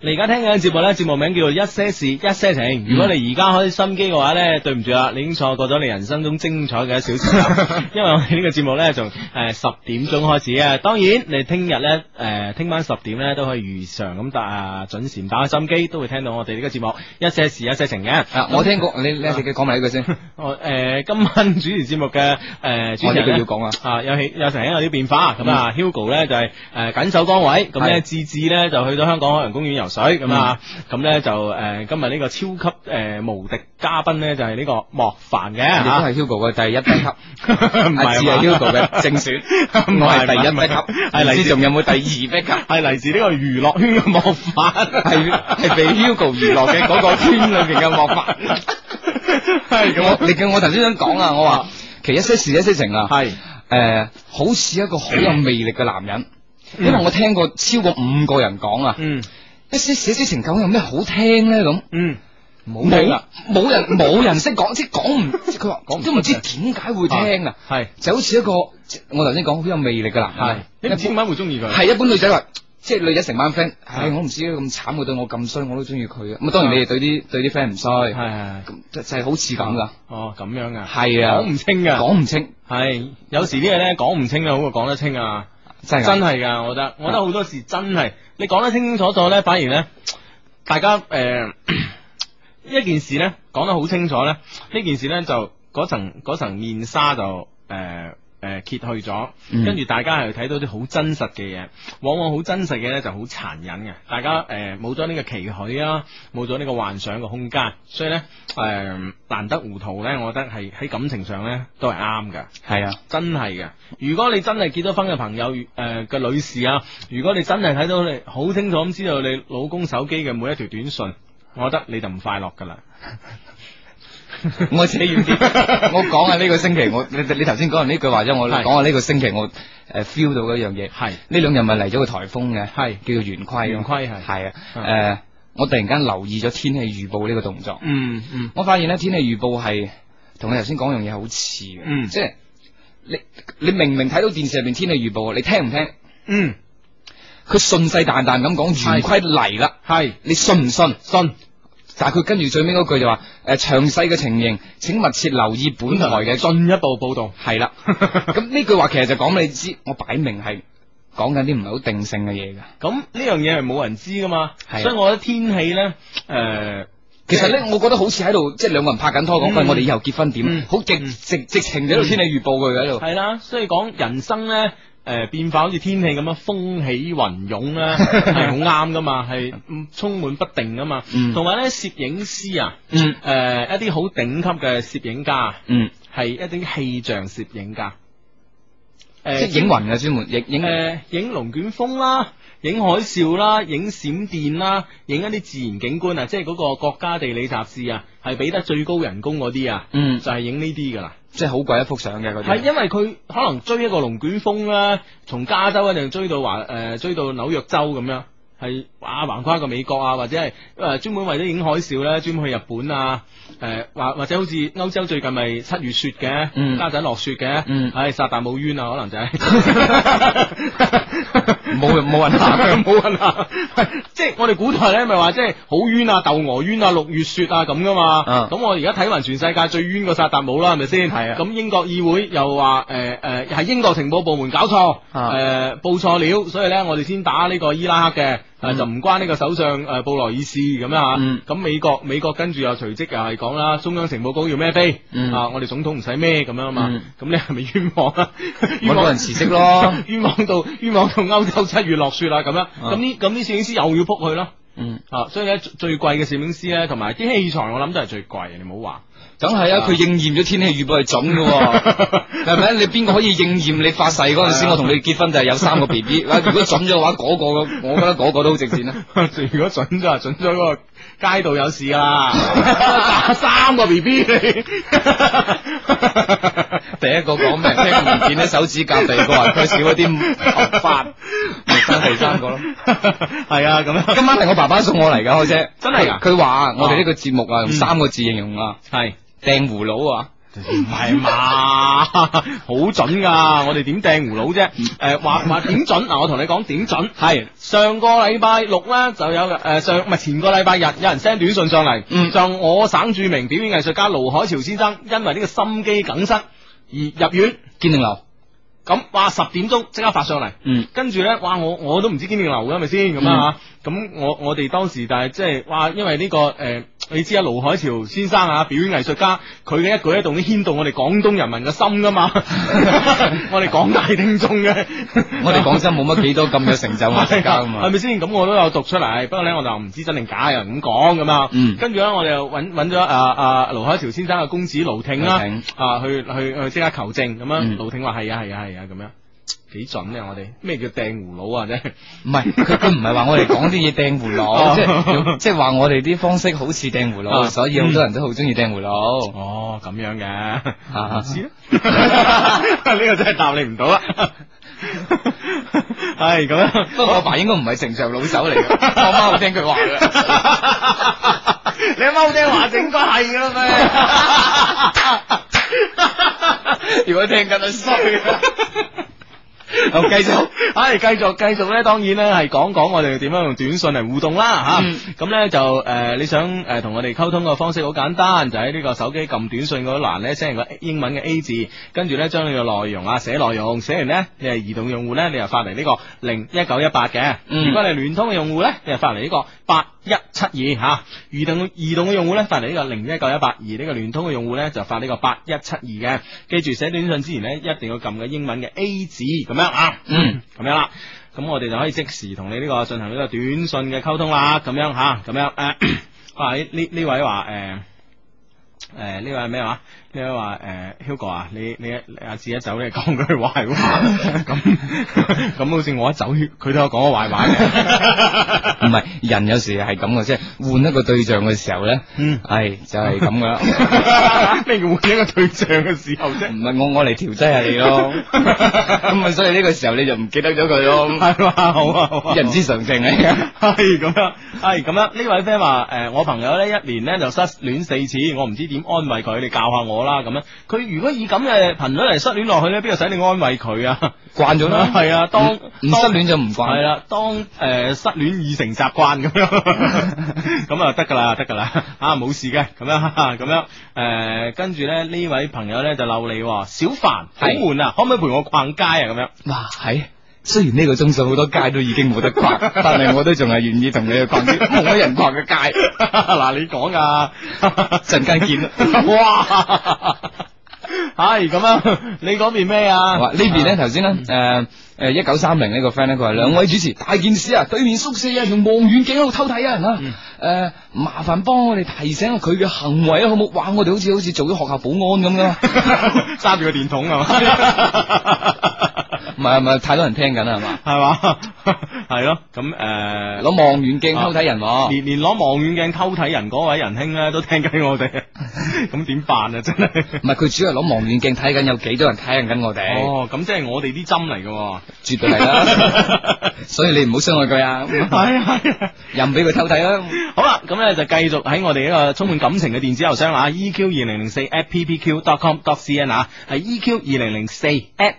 你而家聽緊嘅節目呢，節目名叫做《一些事一些情》。如果你而家開心機嘅話呢，對唔住啊啦，你已經錯過咗你人生中精彩嘅一小時啦。因為我哋呢個節目呢，從誒十點鐘開始嘅。當然，你聽日呢，誒、聽晚十點呢，都可以如常咁打啊準時打開心機，都會聽到我哋呢個節目《一些事一些情》嘅。
啊，我聽過你你你講埋呢 句先，
我誒、呃今晚主持節目嘅誒、呃主
我
持人
呢句
呢
要講啊。嗯
啊，有起有成有啲變化，咁啊，Hugo 咧就係呃誒緊守崗位，咁咧
係嗯
志志咧就去到香港海洋公園游水，咁啊，咁咧就誒今日呢個超級誒無敵嘉賓咧就係呢個莫凡嘅
你都
嚇，
係 Hugo 嘅第一低級，
唔
阿志係啊 Hugo 嘅正 選，
唔係
我係第一低
唔係
級，
係
唔
嚟
知
自
仲有冇第二低級？
係嚟自呢個娛樂圈嘅莫凡，
係係被 Hugo 娛樂嘅嗰個圈裏邊嘅莫凡。
係咁
我你叫我頭先想講啊，我話其實一些事一些情啊，
係
誒，好似一個好有魅力嘅男人，因為我聽過超過五個人講啊，
嗯
一些事一些情究竟有咩好聽咧咁？
嗯冇
冇
啦，
冇人冇人識講，即係講唔，佢話講都唔知點解會聽啊！
係
就好似一個即我頭先講好有魅力嘅
係
男，
你唔
人，
知點解會中意佢？
係一般女仔話，即係女仔成班 friend，唉，
係
我唔知咁慘，佢對我咁衰，我都中意佢啊！咁當
嗯
然你哋對啲對啲 friend 唔衰，
係係
咁就就係好似咁噶，
哦咁樣噶，
係啊，
講唔清㗎。
講唔清，
系，有時啲嘢咧講唔清啊，好過講得清啊，
真係㗎
真係噶，我覺得，我覺得好多時真係，你講得清清楚楚咧，反而咧，大家诶、呃一件事咧講得好清楚咧，呢件事咧就嗰層嗰層面紗就诶。呃誒揭去咗，
嗯
跟住大家係睇到啲好真實嘅嘢，往往好真實嘅咧就好殘忍嘅，大家誒冇咗呢個期許啊，冇咗呢個幻想嘅空間，所以咧誒、呃難得糊塗咧，我覺得係喺感情上咧都係啱㗎。
係啊，
真係嘅，如果你真係結咗婚嘅朋友，誒、嘅女士啊，如果你真係睇到你好清楚咁知道你老公手機嘅每一條短信，我覺得你就唔快樂噶啦。
我扯 遠啲，我講下呢個星期我你你頭先講完呢句話啫，我
係
講下呢個星期我誒 feel 到嘅一樣嘢，
係
呢兩日咪嚟咗個颱風嘅，
係
叫做圓規，
圓規係
係啊，
嗯
誒，我突然間留意咗天氣預報呢個動作，
嗯嗯
我發現咧天氣預報係同你頭先講樣嘢好似嘅，
嗯
即係你你明明睇到電視入邊天氣預報，你聽唔聽？
嗯，
佢信誓旦旦咁講圓規嚟啦，
係
你信唔信？
信
但係佢跟住最尾嗰句就話诶詳細嘅情形，請密切留意本台嘅
進一步報道。
系 啦，咁呢句话其实就讲俾你知，我摆明系讲紧啲唔系好定性嘅嘢噶。
咁呢樣嘢係冇人知噶嘛，
係啊
所以我覺得天氣呃咧，诶、
其实咧，我觉得好似喺度即系两个人拍紧拖，讲喂，
嗯
我哋以后结婚
嗯
点，好直
嗯
直直情喺度天气预报佢喺度。
係啦，所以講人生咧。诶、變化好似天氣咁樣風起雲湧 咧，係好啱噶嘛，係嗯充滿不定噶嘛
嗯。
同埋咧，攝影師啊，
嗯
诶、一啲好頂級嘅攝影家啊，
嗯，
係一啲氣象攝影家，呃诶、
即系影云嘅专门影影
诶、呃影龍捲風啦，影海嘯啦，影閃電啦，影一啲自然景觀啊，即係嗰個國家地理雜誌啊，係俾得最高人工嗰啲啊，
嗯，
就係影呢啲噶啦。
即系好贵一幅相嘅嗰
係
啲。
因為佢可能追一個龍捲風啦，從加州一定追到華诶、呃追到紐約州咁樣，係哇橫跨一個美國啊，或者係诶專門為咗影海嘯咧，專門去日本啊，诶、或或者好似歐洲最近咪七月雪嘅，
嗯
家陣落雪嘅，
嗯
唉撒但冇冤啊，可能就係
冇人冇人 行，
冇人啊！即系我哋古代咧，咪话即系好冤啊、斗鹅冤啊、六月雪啊咁噶嘛。
嗯
咁我而家睇埋全世界最冤個薩達姆啦，係咪先？
係啊
咁英國議會又話誒誒係英國情報部門搞錯
啊
誒報錯料，所以咧我哋先打呢個伊拉克嘅。誒
嗯
就唔關呢個首相誒布萊爾士咁樣嚇，
嗯
咁美國美國跟住又隨即又係講啦，中央情報局要咩飛
嗯
啊，我哋總統唔使咩咁樣啊嘛
嗯，
咁你係咪冤枉 啊？冤
搵
枉
個人辭職咯
冤枉到冤枉到歐洲七月落雪啦咁樣，
啊
咁呢咁呢攝影師又要撲佢咯。
嗯，
啊，所以咧最最貴嘅攝影師咧，同埋啲器材我諗都係最貴，你唔好話。
梗系啊，佢应验咗天气预报系准嘅喎， 系咪？你边个可以应验你发誓嗰阵时，我同你结婚就系有三个 B B。哇如果准咗嘅话，嗰个我觉得嗰个都好值钱啦。
如果準咗，準咗嗰個街道有事啊啦，打三個 B B 你。
第一個講明聽唔見啲手指甲，第二個話佢少咗啲頭髮，咪生第三個咯。
係啊，咁樣
今晚係我爸爸送我嚟㗎，開姐，
真係㗎哦嗯
佢佢話我哋呢個節目啊，用三個字形容啊，
係。
掟葫蘆啊，
唔係嘛，好準噶！我哋點掟葫蘆啫？诶、話話點準？嗱，我同你講點準。
係
上個禮拜六咧就有诶、呃上唔係前個禮拜日有人 send 短信上嚟，
嗯
就我省著名表演藝術家盧海潮先生因為呢個心肌梗塞而入院。
堅定流。
咁哇十點鐘即刻發上嚟，
嗯
跟住咧哇我我都唔知堅定流嘅係咪先咁啊咁我我哋當時但係即係哇，因為呢、個誒、呃你知啊盧海潮先生啊表演藝術家，佢嘅一舉一動都牽動我哋廣東人民嘅心噶 嘛，我哋廣大聽眾嘅，
我哋廣州冇乜幾多咁有啊成就藝術家㗎
係
嘛。
咪先？咁我都有讀出嚟，不過咧我就唔知真定假，有人咁講咁啊。
嗯
跟住咧我哋又揾揾咗阿阿盧海潮先生嘅公子盧挺啦
盧挺，
啊去去去即刻求證咁樣。
嗯
盧挺話係啊係啊係啊咁樣。幾準咧！我哋咩叫掟葫蘆啊？啫，
唔係佢佢唔係話我哋講啲嘢掟葫
哦
蘆，即係用即係話我哋啲方式好似掟葫
啊
蘆，所以好多人都好中意掟葫蘆。
哦，咁樣嘅，
啊
唔知啊， 呢個真係答你唔到 啦。係咁啊樣，
不過我爸應該唔係情場老手嚟嘅， 我媽好聽佢話嘅。
你阿媽好聽話，整該係噶啦
如果聽緊都衰啦。好，繼續。
唉，繼續繼續咧，當然咧係講講我哋點樣用短信嚟互動啦
嗯
吓。咁咧、就诶、呃你想诶同、我哋溝通嘅方式好簡單，就喺呢個手機撳短信嗰欄咧 send 個英文嘅 A 字，跟住咧將你嘅內容啊寫內容，寫完咧你係移動用戶咧，你又發嚟呢個零一九一八嘅。
嗯
如果你係聯通嘅用戶咧，你係發嚟呢個八一七二吓。移動移動嘅用戶咧發嚟呢個零一九一八，而呢個聯通嘅用戶咧就發呢個八一七二嘅。記住寫短信之前咧，一定要撳嘅英文嘅 A 字咁樣啊。
嗯，
咁樣啦，咁我哋就可以即時同你呢個進行呢個短信嘅溝通啦，咁樣吓，咁樣诶， 哇、呢呢呢位話诶诶呢位係咩話？呢位話诶 Hugo 啊，你你你阿志一走你講佢壞 話，咁咁好似我一走佢都有講我壞話嘅，
唔係人有時係咁嘅，即係換一個對象嘅時候咧，
嗯
唉，就係咁噶啦。
咩叫換一個對象嘅時候啫
唔？係我我嚟調劑下你 咯，咁啊，所以呢個時候你就唔記得咗佢 咯，
係嘛，好啊，好啊，
人之常情 嚟嘅。
哎系咁样，系咁样。呢位 friend 话诶，誒我朋友咧一年咧就失戀四次，我唔知點点安慰佢，你教下我啦咁样。佢如果以咁嘅頻率嚟失戀落去咧，邊個使你安慰佢啊？
慣咗啦，
係啊當
嗯唔唔失戀就唔慣，
係，啦，當诶、呃失戀已成習慣咁樣， 咁啊得噶啦，得噶啦，啊冇事嘅，咁樣啊咁樣诶、呃跟住咧呢位朋友咧就嬲你喎，小凡好
係
悶啊，可唔可以陪我逛街啊？咁樣
哇係。雖然呢個鐘數好多街都已經冇得 逛，但係我都仲係願意同你去逛啲冇乜人逛嘅街。
嗱，你講啊，
陣間見啦。
哇！係咁樣，你嗰邊咩啊？
哇！呢邊咧頭先
嗯
咧，诶诶，一九三零呢個 friend 咧，佢話兩位主持大件事啊，對面宿舍有人用望遠鏡喺度偷睇啊，
嗯
诶，麻煩幫我哋提醒下佢嘅行為啊，好冇？哇！我哋好似好似做咗學校保安咁噶，
揸住個電筒 啊嘛。
唔係唔係，太多人聽緊啊啦，係嘛？
系嘛？系咯，咁诶，
攞望遠鏡偷睇人喎，
连连攞望遠鏡偷睇人嗰位仁兄咧，都聽緊我 哋，咁點辦啊？真係。
唔係佢主要係攞望遠鏡睇緊有幾多人睇緊我哋，
哦，咁即係我哋啲針嚟嘅喎。
絕對係 啦。所以你唔好傷害佢 啊，
係系。
任俾佢偷睇啦。
好啦，咁咧就繼續喺我哋呢個充滿感情嘅電子郵箱啦，EQ 二零零四 at ppq dot com dot cn 啊，係 EQ 二零零四 at。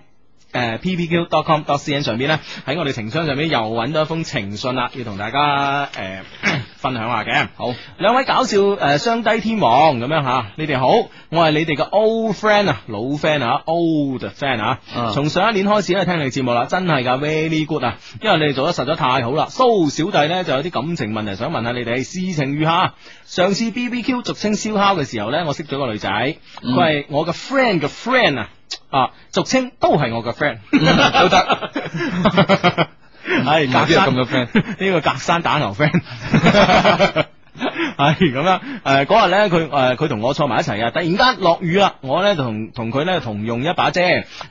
誒 ppq.com.cn 上邊咧，喺我哋情商上邊又揾到一封情信啦，要同大家誒、 分享下嘅。
好，
兩位搞笑誒、雙低天王咁樣嚇，你哋好，我係你哋嘅 old friend 啊，老 friend 啊，old friend 啊
嗯，
從上一年開始咧聽你節目啦，真係㗎 very good 啊，因為你哋做得實在太好啦。蘇小弟呢就有啲感情問題想問下你哋，事情如下：上次 BBQ 俗稱燒烤嘅時候呢，我識咗個女仔，佢係我嘅 friend 嘅 friend 啊，啊，俗稱都係我嘅 friend，
都
得。系
唔係
隔
邊有
哎山
咁嘅 friend
呢個隔山打牛 friend。系咁样，诶嗰日咧佢诶佢同我坐埋一齊啊，突然間落雨啦，我咧就同同佢咧同用一把遮，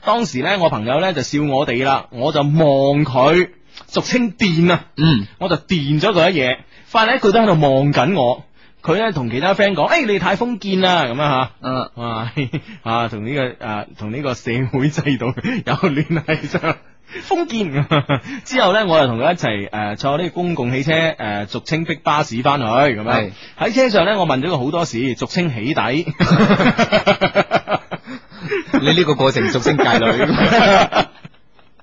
當時咧我朋友咧就笑我哋啦，我就望佢，俗稱電啊，
嗯，
我就電咗佢一嘢，發現咧佢都喺度望緊我，佢咧同其他 friend 講，哎诶、你太封建啦咁樣吓。
嗯。
哇！啊， 同呢、個啊，同呢個社會制度有聯繫上。封建啊之後呢，我就同佢一齊誒、呃坐呢個公共汽車誒、呃俗稱逼巴士翻去咁樣
係。
喺車上呢，我問咗佢好多事，俗稱起底。
你呢個過程俗稱 界女。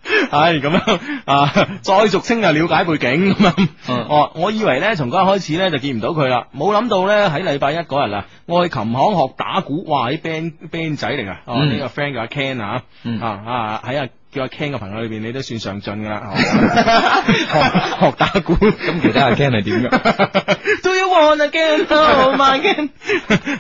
系咁样啊，再俗稱啊了解背景咁样。
嗯
哦，我以為呢，從嗰日開始呢，就見唔到佢啦，冇諗到呢，喺禮拜一嗰日啊，我去琴行學打鼓，哇！啲 band band 仔嚟噶，哦
嗯
呢個 friend 叫阿 Ken 啊，
嗯
啊啊喺啊叫阿 Ken 嘅朋友裏邊，你都算上進噶 啦，哦學學打鼓。
咁其他阿 Ken 係點㗎？
Do you want again? Oh my again！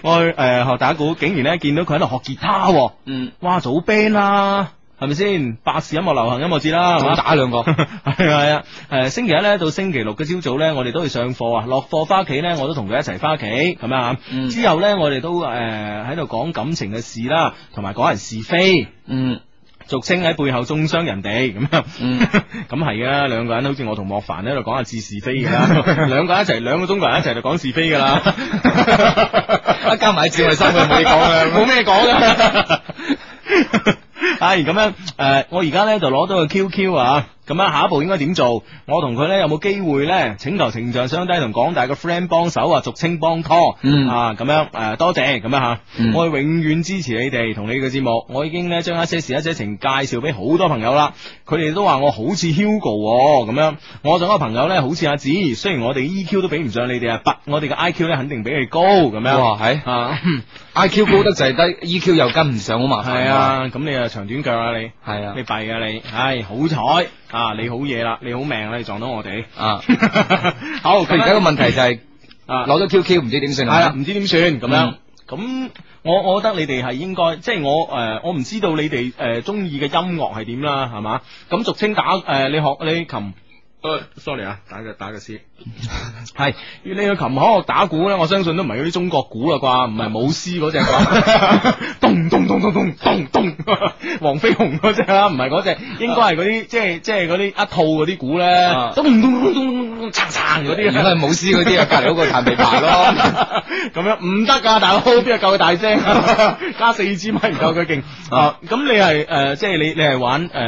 我去誒學打鼓，竟然呢，見到佢喺度學吉他喎。
嗯，
哇，早 band 啦，係咪先？百事音樂、流行音樂節啦，係嘛
我？打兩個。
係啊係啊，诶，星期一咧到星期六嘅朝早咧，我哋都去上課啊，落課翻屋企咧，我都同佢一齊翻屋企咁啊。
嗯
之後咧，我哋都诶喺度講感情嘅事啦，同埋講人是非，
嗯
俗稱喺背後中傷人哋咁樣。
嗯
咁係噶，兩個人好似我同莫凡喺度講下是是非噶 啦，兩個人一齊，兩個中國人一齊就講是非噶啦。
一啊加埋智慧三個 冇嘢啊講啦
冇咩講 啦。係咁樣，誒、呃我而家咧就攞到個 QQ 啊，咁樣下一步應該點做？我同佢咧有冇機會咧？請求情象相低同廣大嘅 friend 幫手啊，俗稱幫拖，
嗯
啊咁樣誒、多謝咁樣嚇，
嗯
我永遠支持你哋同你嘅節目，我已經咧將一些事一些情介紹俾好多朋友啦，佢哋都話我好似 Hugo 喎咁、樣，我仲有一個朋友咧好似阿子，雖然我哋 EQ 都比唔上你哋啊，但我哋嘅 IQ 咧肯定比你高咁樣，
哇係
啊。
，IQ 高得滯低，EQ 又跟唔上，好麻
系
煩。，
啊，咁你啊長短腳啊你，
係啊
你弊啊你，唉好彩啊你好嘢啦，你好命啦，你撞到我 哋，
啊！
好
佢而家個問題就係
啊
攞咗 QQ 唔知點算啊
係啦，唔知點算咁樣
嗯。
咁我我覺得你哋係應該，即係我誒、呃我唔知道你哋誒中意嘅音樂係點啦，係嘛？咁俗稱打誒、呃你學你琴。呃 sorry 啊，打個打個先， 係你去琴行學打鼓咧，我相信都唔係嗰啲中國鼓啦啩，唔係舞獅嗰只啩， 咚咚咚咚咚咚咚， 黃飛鴻嗰只啦，唔係嗰只，應該係嗰啲即係即係嗰啲一套嗰啲鼓咧
啊，
咚咚咚咚咚咚，嚓嚓嗰啲
如
啊。
果係舞獅嗰啲啊，隔離嗰個彈琵琶 咯。
咁樣唔得噶，大佬邊個夠佢大聲？啊加四支咪唔夠佢勁啊！咁你係誒、呃即係你你係玩誒、呃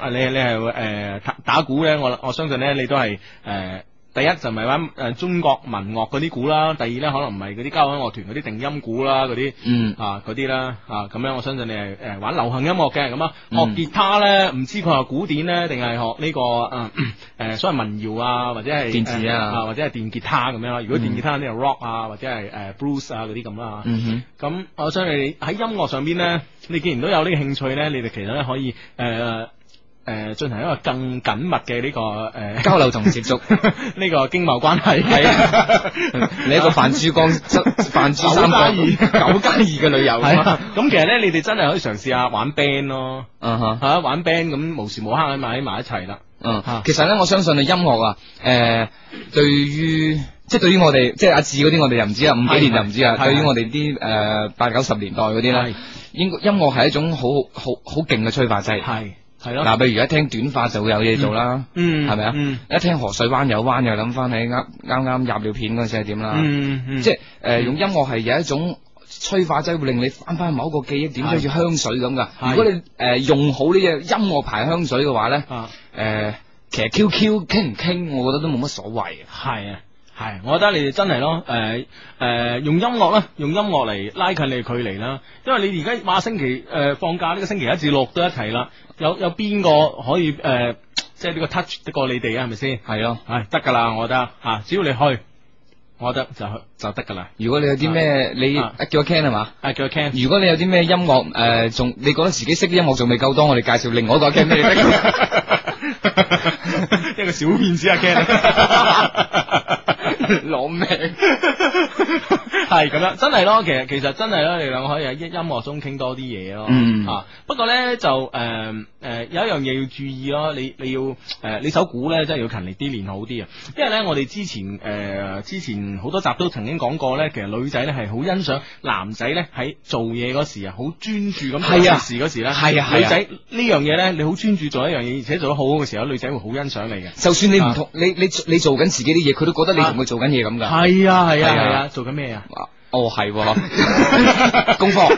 啊你你係誒、呃打打鼓咧，我我相信咧，你都係誒。呃第一就唔係玩诶中國民樂嗰啲鼓啦，第二咧可能唔係嗰啲交響樂團嗰啲定音鼓啦，嗰啲
嗯
啊嗰啲啦啊咁樣，我相信你係诶玩流行音樂嘅咁啊，學
嗯
吉他咧唔知佢係古典咧定係學呢個 诶诶所謂民謠啊，或者係
電子啊
呃或者係電吉他咁樣啦。如果
嗯
電吉他呢就 rock 啊，或者係诶 blues 啊嗰啲咁啦。
嗯哼。
咁我相信你喺音樂上邊咧，你既然都有呢個興趣咧，你哋其實咧可以誒誒進行一個更緊密嘅呢、個誒。
交流同接觸，
呢個經貿關係
係 啊你一個泛珠江、泛珠三角、
九加二
九加二嘅旅遊，
係啊，咁其實咧，你哋真係可以嘗試下玩 band 咯，
嗯哼。
係啊，玩 band 咁無時無刻喺埋喺埋一齊啦。
嗯
啊，
其實咧，我相信你音樂啊，诶、對於即係對於我哋，即係阿志嗰啲，我哋又唔知啊，五幾年
係
就唔知啊。
係
對於我哋啲诶八九十年代嗰啲
係
咧，應該音樂係一種好好好勁嘅催化劑。
係係咯，
嗱，譬如一聽短髮就會有嘢做啦，
嗯
係咪啊
嗯？
一聽河水灣有灣，又諗翻起啱啱啱入尿片嗰陣時係點啦。
嗯嗯，
即係诶用音樂係有一種催化劑，會令你翻翻某一個記憶點，
係
就好似香水咁噶。
係
如果你诶用好呢隻音樂牌香水嘅話咧。
啊。
诶、其實 QQ 傾唔傾，我覺得都冇乜所謂。
系啊。系，我覺得你哋真係咯，诶、诶、用音樂啦，用音樂嚟拉近你嘅距離啦。因為你而家話星期诶、誒放假呢個星期一至六都一齊啦，有有邊個可以诶、誒即係呢個 touch 得過你哋啊？係咪先？
係咯，
系得噶啦，我覺得吓、啊只要你去，我覺得就去就得噶啦。
如果你有啲咩，你
啊
啊叫我 Ken 係嘛？
啊，叫 Ken，
如果你有啲咩音樂诶，呃仲、你覺得自己識啲音樂仲未夠多，我哋介紹另外一個 Ken 俾你 聽。
一個小騙子啊 Ken。
攞命！
系咁样，真系咯，其实其实真系咯，你两個可以喺音音乐中倾多啲嘢咯，
嗯
啊，不过咧就诶诶、呃有一样嘢要注意咯，你你要诶、呃你手鼓咧真系要勤力啲练好啲啊，因为咧我哋之前诶、呃之前好多集都曾经讲过咧，其实女仔咧系好欣赏男仔咧喺做嘢嗰时啊，好专注咁做一
係
件
啊
事嗰时咧，
係啊係啊
女仔呢样嘢咧，你好专注做一样嘢，而且做得好好嘅时候，女仔会好欣赏你嘅。
就算你唔同你你你做緊自己啲嘢，佢都覺得你同佢做緊嘢咁㗎。
系啊系
係啊
系啊，做紧咩啊？
啊哦，係喎， 功課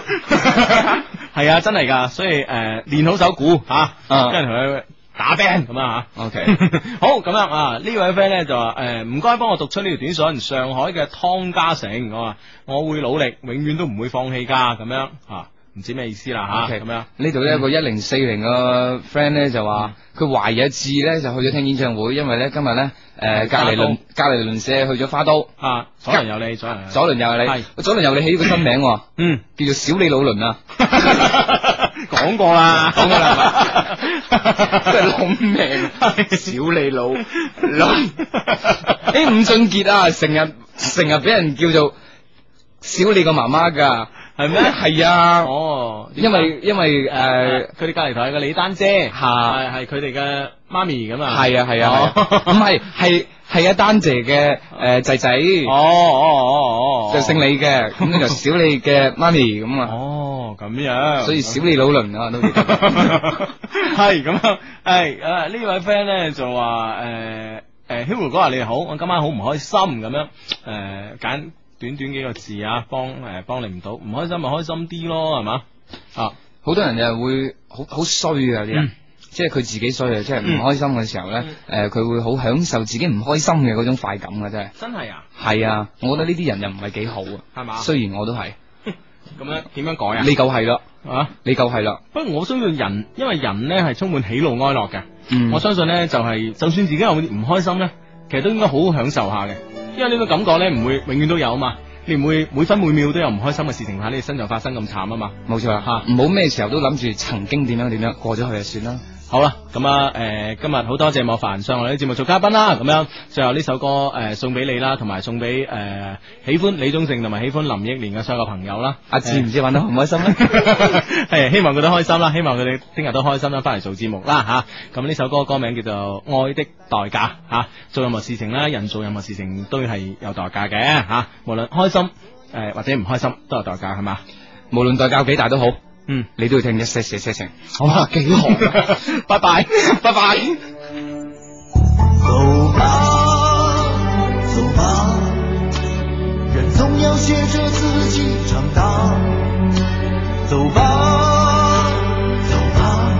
系啊，真系噶，所以诶练、好手鼓吓，
啊
跟住同佢打 band 咁啊吓。
OK
好咁样啊，呢位 friend 咧就话诶唔該幫我讀出呢條短信，上海嘅湯家成，我話我會努力，永遠都唔會放棄㗎，咁樣啊，唔知咩意思啦吓，
OK
啊咁樣嗯
呢度呢有個一零四零嘅 friend 咧就話，佢懷疑阿志咧就去咗聽演唱會，因為咧今日咧誒隔
花
離
都
鄰隔離鄰舍去咗花都，
啊，左輪有你，左輪有你
左鄰右
係
里，喂左鄰右里起咗個新名喎，
嗯。
叫做小李老鄰 啊，
講過啦，
講過啦，
真
真係攞命，小李老 鄰，誒伍俊傑啊，成日成日俾人叫做小李個媽媽㗎，
係咩
係啊，
哦，
因為因為誒
诶，。佢哋隔離台有個李丹姐，
嚇
係係佢哋嘅媽咪咁啊，
系啊系啊，
哦
唔系系系阿丹姐嘅诶仔仔，
哦哦哦哦，
就姓李嘅，咁就小李嘅媽咪咁啊，
哦，咁樣，
所以小李老鄰啊都記 得。
係咁樣，係诶呢位 friend 咧就話诶诶 Hugo 哥話你哋好，我今晚好唔開心咁樣，诶揀短短幾個字啊，幫诶幫你唔到，唔開心咪開心啲咯，係嘛啊
好多人就會好好衰啊啲人
嗯。
即係佢自己衰啊！即係唔
嗯
開心嘅時候咧，誒佢、會好享受自己唔開心嘅嗰種快感嘅，真係。
真係啊，
係啊，我覺得呢啲人又唔係幾好啊。
係嘛
雖然我都係，
咁樣點樣改啊？
你夠係啦，
啊！
你夠係啦。
不過我相信人，因為人咧係充滿喜怒哀樂嘅。
嗯
我相信咧就係、就算自己有唔開心咧，其實都應該好好享受下嘅，因為呢種感覺咧唔會永遠都有啊嘛。你唔會每分每秒都有唔開心嘅事情喺你身上發生咁慘啊嘛。
冇錯啦，
嚇
唔好咩時候都諗住曾經點樣點樣過咗去就算啦。
好啦，咁啊，诶、今日好多謝莫凡上我哋啲節目做嘉賓啦，咁樣最後呢首歌诶、誒送俾你啦，同埋送俾诶、喜歡李宗盛同埋喜歡林憶蓮嘅所有嘅朋友啦。
阿志唔知玩得開唔開心 咧？
系希望佢哋開心啦，希望佢哋聽日都開心啦，翻嚟做節目啦吓。咁、呢首歌歌名叫做《愛的代價》吓、做任何事情啦，人做任何事情都係有代價嘅吓、無論開心诶、誒或者唔開心都有代價係嘛。
無論代價有幾大都好，
嗯，
你都要聽一些事一些情。哇，幾好啊！
拜拜，拜拜。
走吧，走吧，人总要学着自己长大。走吧，走吧，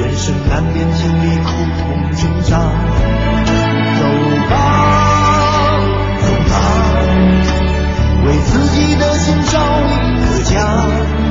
人生难免经历苦痛挣扎。走吧，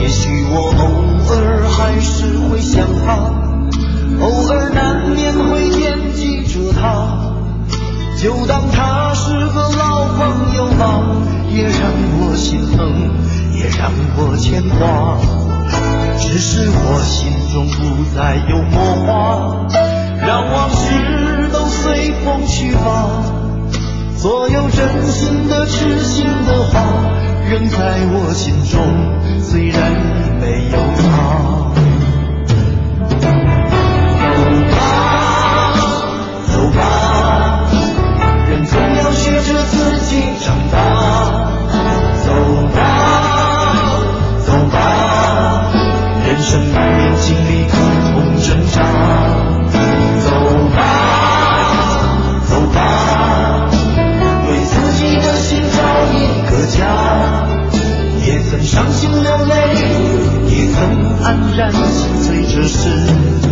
也许我偶尔还是会想他，偶尔难免会惦记着他。就当他是个老朋友吧，也让我心疼，也让我牵挂。只是我心中不再有魔化，让往事都随风去吧。所有真心的、痴心的话，仍在我心中，虽然已没有他。走吧，走吧。人总要学着自己长大。走吧，走吧，人生难免经历苦痛挣扎。走吧，走吧，对自己的心找一个家。也曾伤心流泪，也曾黯然心碎，这是。